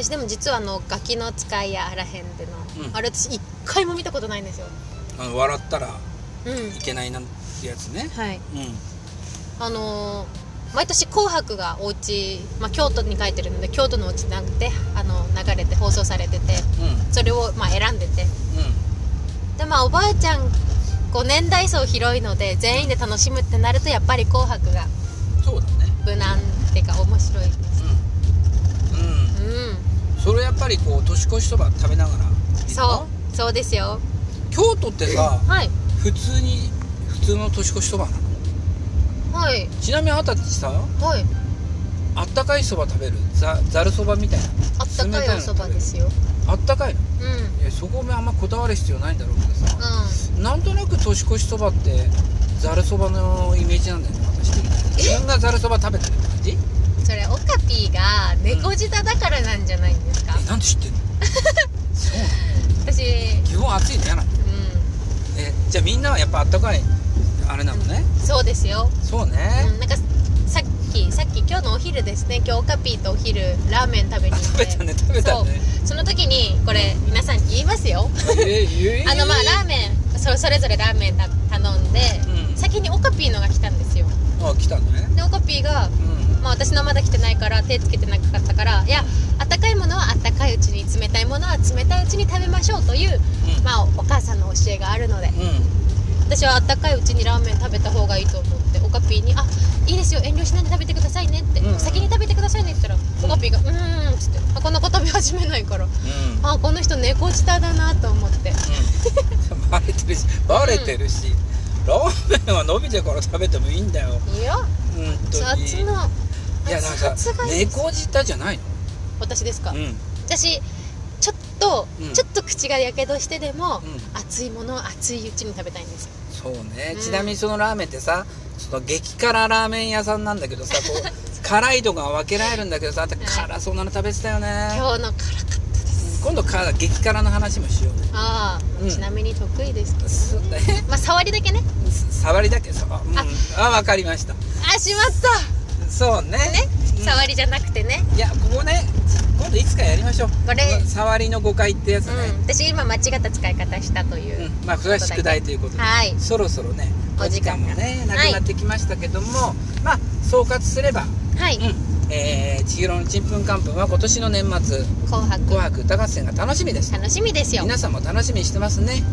[SPEAKER 2] う
[SPEAKER 1] 私でも実はあのガキの使いやあらへんでの、
[SPEAKER 2] うん
[SPEAKER 1] あれ私一回も見たことないんですよ
[SPEAKER 2] んあの笑ったら
[SPEAKER 1] うん
[SPEAKER 2] いけないなんてやつね
[SPEAKER 1] はい
[SPEAKER 2] うん
[SPEAKER 1] あのー毎年「紅白」がお家、まあ、京都に書いてるので京都のお家なくてあの流れて放送されてて
[SPEAKER 2] うん
[SPEAKER 1] それをまあ選んでて
[SPEAKER 2] う
[SPEAKER 1] でまあおばあちゃんこう年代層広いので全員で楽しむってなるとやっぱり「紅白」が
[SPEAKER 2] んそうだね
[SPEAKER 1] 無難っていうか面白いです
[SPEAKER 2] うん、うん
[SPEAKER 1] うん
[SPEAKER 2] それやっぱりこう年越しそば食べながら
[SPEAKER 1] そうそうですよ
[SPEAKER 2] 京京都ってさ
[SPEAKER 1] はい
[SPEAKER 2] 普通に普通の年越しそばなの
[SPEAKER 1] はい
[SPEAKER 2] ちなみにあたちさ
[SPEAKER 1] はい
[SPEAKER 2] あったかいそば食べるざざるそばみたい
[SPEAKER 1] あったかいおそばですよ
[SPEAKER 2] なあったかいの
[SPEAKER 1] うんうん
[SPEAKER 2] いやそこもあんまこだわる必要ないんだろうけどさなんとなく年越しそばってざるそばのイメージなんだよね私的に自分がざるそば食べたみたいな感じ
[SPEAKER 1] それオカピーが猫舌だからなんじゃないんですか、
[SPEAKER 2] えなんで知ってんのそうなの
[SPEAKER 1] 私
[SPEAKER 2] 基本暑いの嫌なの
[SPEAKER 1] う
[SPEAKER 2] えじゃあみんなはやっぱあったかいあれなのね
[SPEAKER 1] んそうですよ、
[SPEAKER 2] そう
[SPEAKER 1] う
[SPEAKER 2] ね、
[SPEAKER 1] ん、なんかさっきさっき今日のお昼ですね今日オカピーとお昼ラーメン食べに行
[SPEAKER 2] あ
[SPEAKER 1] っ
[SPEAKER 2] 食
[SPEAKER 1] て
[SPEAKER 2] べたね食べたね
[SPEAKER 1] その時にこれ皆さんに言いますよ
[SPEAKER 2] えええ
[SPEAKER 1] あのまあラーメンそそれぞれラーメンた頼んで、
[SPEAKER 2] うん
[SPEAKER 1] 先にオカピーのが来たんですよ
[SPEAKER 2] あ来たね
[SPEAKER 1] でオカピーが
[SPEAKER 2] うん
[SPEAKER 1] まあ、私のまだ来てないから手つけてなかったからいやあったかいものはあったかいうちに冷たいものは冷たいうちに食べましょうという、
[SPEAKER 2] うん
[SPEAKER 1] まあ、お母さんの教えがあるので
[SPEAKER 2] うん
[SPEAKER 1] 私はあったかいうちにラーメン食べた方がいいと思ってオカピーに「あいいですよ遠慮しないで食べてくださいね」って、
[SPEAKER 2] うん
[SPEAKER 1] 先に食べてくださいね」って言ったらオカピーが「うーん」っつってなかなか食べ始めないから
[SPEAKER 2] うん
[SPEAKER 1] あこの人猫舌だなと思って
[SPEAKER 2] うん、バレてるしバレてるし、ラーメンは伸びてから食べてもいいんだよ
[SPEAKER 1] いや
[SPEAKER 2] うん
[SPEAKER 1] 熱
[SPEAKER 2] とにい
[SPEAKER 1] 々の
[SPEAKER 2] やなんか
[SPEAKER 1] 熱々がいいです
[SPEAKER 2] 猫舌じゃないの
[SPEAKER 1] 私ですか、
[SPEAKER 2] うんうん
[SPEAKER 1] 私ちょっと、
[SPEAKER 2] うん
[SPEAKER 1] ちょっと口がやけどしてでも、熱いものを熱いうちに食べたいんですよ
[SPEAKER 2] そうね、
[SPEAKER 1] うん
[SPEAKER 2] ちなみにそのラーメンってさその激辛ラーメン屋さんなんだけどさこう辛いとか分けられるんだけどさあんた辛そうなの食べてたよね
[SPEAKER 1] 今日の辛かったです
[SPEAKER 2] 今度から激辛の話もしようね
[SPEAKER 1] ああ、
[SPEAKER 2] うん
[SPEAKER 1] ちなみに得意ですけ
[SPEAKER 2] す
[SPEAKER 1] どねまあ触りだけね
[SPEAKER 2] 触りだけさ、うん、
[SPEAKER 1] あ
[SPEAKER 2] あ分かりました
[SPEAKER 1] あしまった
[SPEAKER 2] そうねうん
[SPEAKER 1] 触りじゃなくてね
[SPEAKER 2] いやここね今度いつかやりましょう
[SPEAKER 1] これ
[SPEAKER 2] 触りの誤解ってやつ
[SPEAKER 1] う
[SPEAKER 2] ね、
[SPEAKER 1] ん私今間違った使い方したという、
[SPEAKER 2] うん、まあそれは宿題ということで、
[SPEAKER 1] はい
[SPEAKER 2] そろそろね
[SPEAKER 1] お
[SPEAKER 2] お
[SPEAKER 1] 時
[SPEAKER 2] 時
[SPEAKER 1] 間
[SPEAKER 2] 間
[SPEAKER 1] が
[SPEAKER 2] もね
[SPEAKER 1] は
[SPEAKER 2] ないくなってきましたけども、まあ総括すれば
[SPEAKER 1] はい、
[SPEAKER 2] うんえー、千尋のちんぷんかんぷんは今年の年末
[SPEAKER 1] 紅
[SPEAKER 2] 「
[SPEAKER 1] 白
[SPEAKER 2] 紅白歌合戦」が楽しみでした
[SPEAKER 1] 楽しみですよ
[SPEAKER 2] 皆さんも楽しみにしてますね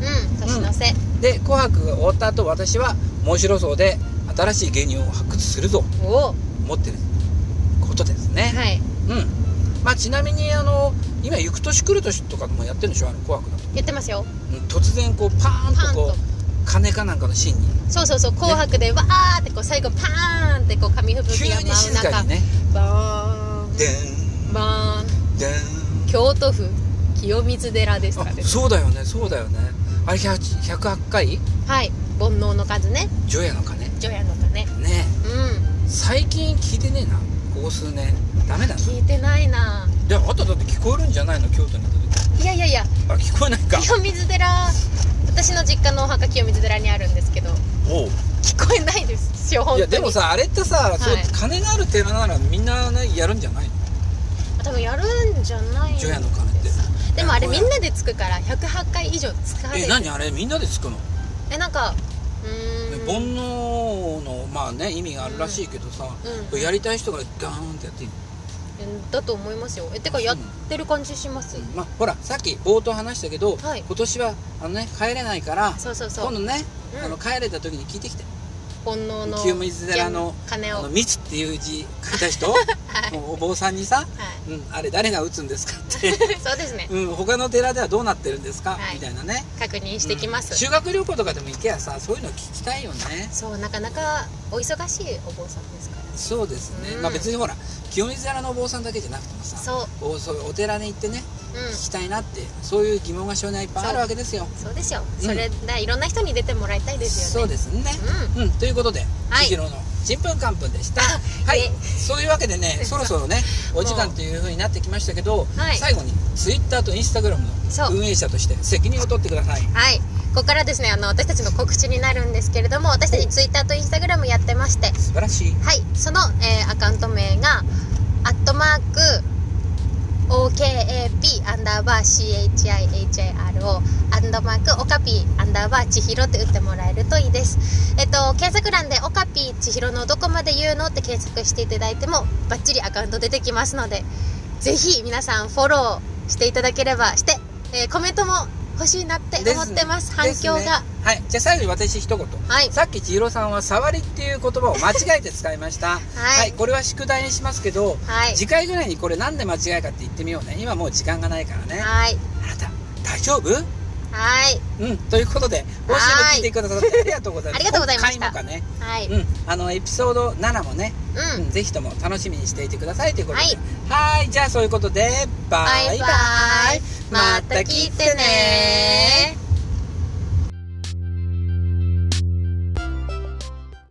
[SPEAKER 1] うん年の瀬、
[SPEAKER 2] で「紅白」が終わった後私は面白そうで新しい芸人を発掘するぞ
[SPEAKER 1] おお
[SPEAKER 2] 思ってることですね、
[SPEAKER 1] はい
[SPEAKER 2] うんまあちなみにあの今「ゆく年来る年」とかもやってるんでしょあの紅白だと
[SPEAKER 1] 言ってますよ
[SPEAKER 2] うん突然こうパーンとこ
[SPEAKER 1] パーンと
[SPEAKER 2] う鐘かなんかのシーンに
[SPEAKER 1] そうそうそう紅白でわーってこう最後パーンってこう紙吹
[SPEAKER 2] 急
[SPEAKER 1] 雪が
[SPEAKER 2] に
[SPEAKER 1] 舞う
[SPEAKER 2] 静か
[SPEAKER 1] 中
[SPEAKER 2] にね
[SPEAKER 1] バーン
[SPEAKER 2] でん
[SPEAKER 1] バーン
[SPEAKER 2] でん
[SPEAKER 1] 京都府清水寺ですか
[SPEAKER 2] あ
[SPEAKER 1] ね
[SPEAKER 2] そうだよねそうだよねあれ100 108回
[SPEAKER 1] はい煩悩の数ね
[SPEAKER 2] 除夜の鐘ね
[SPEAKER 1] 除夜の鐘うん
[SPEAKER 2] 最近聞いてねえなここ数年ダメだな
[SPEAKER 1] 聞いてないな
[SPEAKER 2] であとだって聞こえるんじゃないの京都に行った時
[SPEAKER 1] いやいやいや
[SPEAKER 2] あ聞こえないか
[SPEAKER 1] 清水寺私の実家のお墓清水寺にあるんですけど
[SPEAKER 2] お
[SPEAKER 1] 聞こえないですよ
[SPEAKER 2] う
[SPEAKER 1] 本当に
[SPEAKER 2] いやでもさあれってさ、
[SPEAKER 1] い
[SPEAKER 2] そう鐘がある寺ならみんな、ね、やるんじゃないの
[SPEAKER 1] 多分やるんじゃない
[SPEAKER 2] 除夜の鐘って
[SPEAKER 1] でもあれ
[SPEAKER 2] いや
[SPEAKER 1] みんなでつくから108回以上使われ
[SPEAKER 2] え
[SPEAKER 1] る
[SPEAKER 2] 何あれみんなでつくの、
[SPEAKER 1] えなんかうーん
[SPEAKER 2] 煩悩のまあね意味があるらしいけどさ、
[SPEAKER 1] うん
[SPEAKER 2] やりたい人がガーンってやっていいの
[SPEAKER 1] だと思いますよえてかやってる感じします、
[SPEAKER 2] まあ、ほらさっき冒頭話したけど、
[SPEAKER 1] はい
[SPEAKER 2] 今年はあの、ね、帰れないから
[SPEAKER 1] そうそうそう
[SPEAKER 2] 今度ね、
[SPEAKER 1] うん
[SPEAKER 2] あの帰れた時に聞いてきて
[SPEAKER 1] 煩悩の
[SPEAKER 2] 清水寺の
[SPEAKER 1] 鐘
[SPEAKER 2] 「
[SPEAKER 1] を
[SPEAKER 2] あの
[SPEAKER 1] はい
[SPEAKER 2] 密」っていう字書い た人、おお坊さんにさ、うん「あれ誰が打つんですか?」って、
[SPEAKER 1] そうですね
[SPEAKER 2] うん「他の寺ではどうなってるんですか
[SPEAKER 1] はい
[SPEAKER 2] みたいなね
[SPEAKER 1] 確認してきます、
[SPEAKER 2] うん修学旅行とかでも行けばさそういうの聞きたいよね
[SPEAKER 1] そうなかなかお忙しいお坊さんですから
[SPEAKER 2] そうですね、
[SPEAKER 1] うん
[SPEAKER 2] まあ別にほら清水寺のお坊さんだけじゃなくてもさ
[SPEAKER 1] そう
[SPEAKER 2] おそういうお寺に行ってね
[SPEAKER 1] うん
[SPEAKER 2] 聞きたいなって、そういう疑問が少年はいっぱいあるわけですよ
[SPEAKER 1] そうですよ、
[SPEAKER 2] ん
[SPEAKER 1] それだいろんな人に出てもらいたいです
[SPEAKER 2] そ
[SPEAKER 1] よ
[SPEAKER 2] う
[SPEAKER 1] ね
[SPEAKER 2] ですね、
[SPEAKER 1] うん
[SPEAKER 2] うん、ということで、
[SPEAKER 1] はい
[SPEAKER 2] 千尋のちんぷんかんぷんでした。
[SPEAKER 1] あ
[SPEAKER 2] はい
[SPEAKER 1] え、
[SPEAKER 2] そういうわけ でね、そろそろね、お時間という風になってきましたけど、
[SPEAKER 1] はい
[SPEAKER 2] 最後にツイッターとインスタグラム
[SPEAKER 1] そ
[SPEAKER 2] の
[SPEAKER 1] う
[SPEAKER 2] 運営者として責任を取ってください。
[SPEAKER 1] はいここからですねあの私たちの告知になるんですけれども私たちツイッターとインスタグラムやってまして
[SPEAKER 2] 素晴らしい。
[SPEAKER 1] はいその、えーアカウント名がアットマーク OKAP アンダーバー CHIHIRO アンダーマークオカピーアンダーバー千尋って打ってもらえるといいですえっと検索欄でオカピー千尋のどこまで言うのって検索していただいてもバッチリアカウント出てきますのでぜひ皆さんフォローしていただければして、えーコメントも欲しいなって思ってます反
[SPEAKER 2] ですね
[SPEAKER 1] 響が、
[SPEAKER 2] ですねはい、じゃあ最後に私一言。
[SPEAKER 1] はい
[SPEAKER 2] さっき千尋さんは触りっていう言葉を間違えて使いま した。はいこれは宿題にしますけど、
[SPEAKER 1] はい
[SPEAKER 2] 次回ぐらいにこれなんで間違いかって言ってみようね。今もう時間がないからね。
[SPEAKER 1] はい
[SPEAKER 2] あなた大丈夫？
[SPEAKER 1] はい
[SPEAKER 2] うん、ということで、今週も聞いてくださってありがとうございます。
[SPEAKER 1] ありがとうございました
[SPEAKER 2] 今回もかね、
[SPEAKER 1] はい、
[SPEAKER 2] うん、あのエピソード7もね、
[SPEAKER 1] う
[SPEAKER 2] うんん、ぜひとも楽しみにしていてくださいということで、はい、じゃあそういうことで、バイバイ、
[SPEAKER 1] バイバイまた聞いてね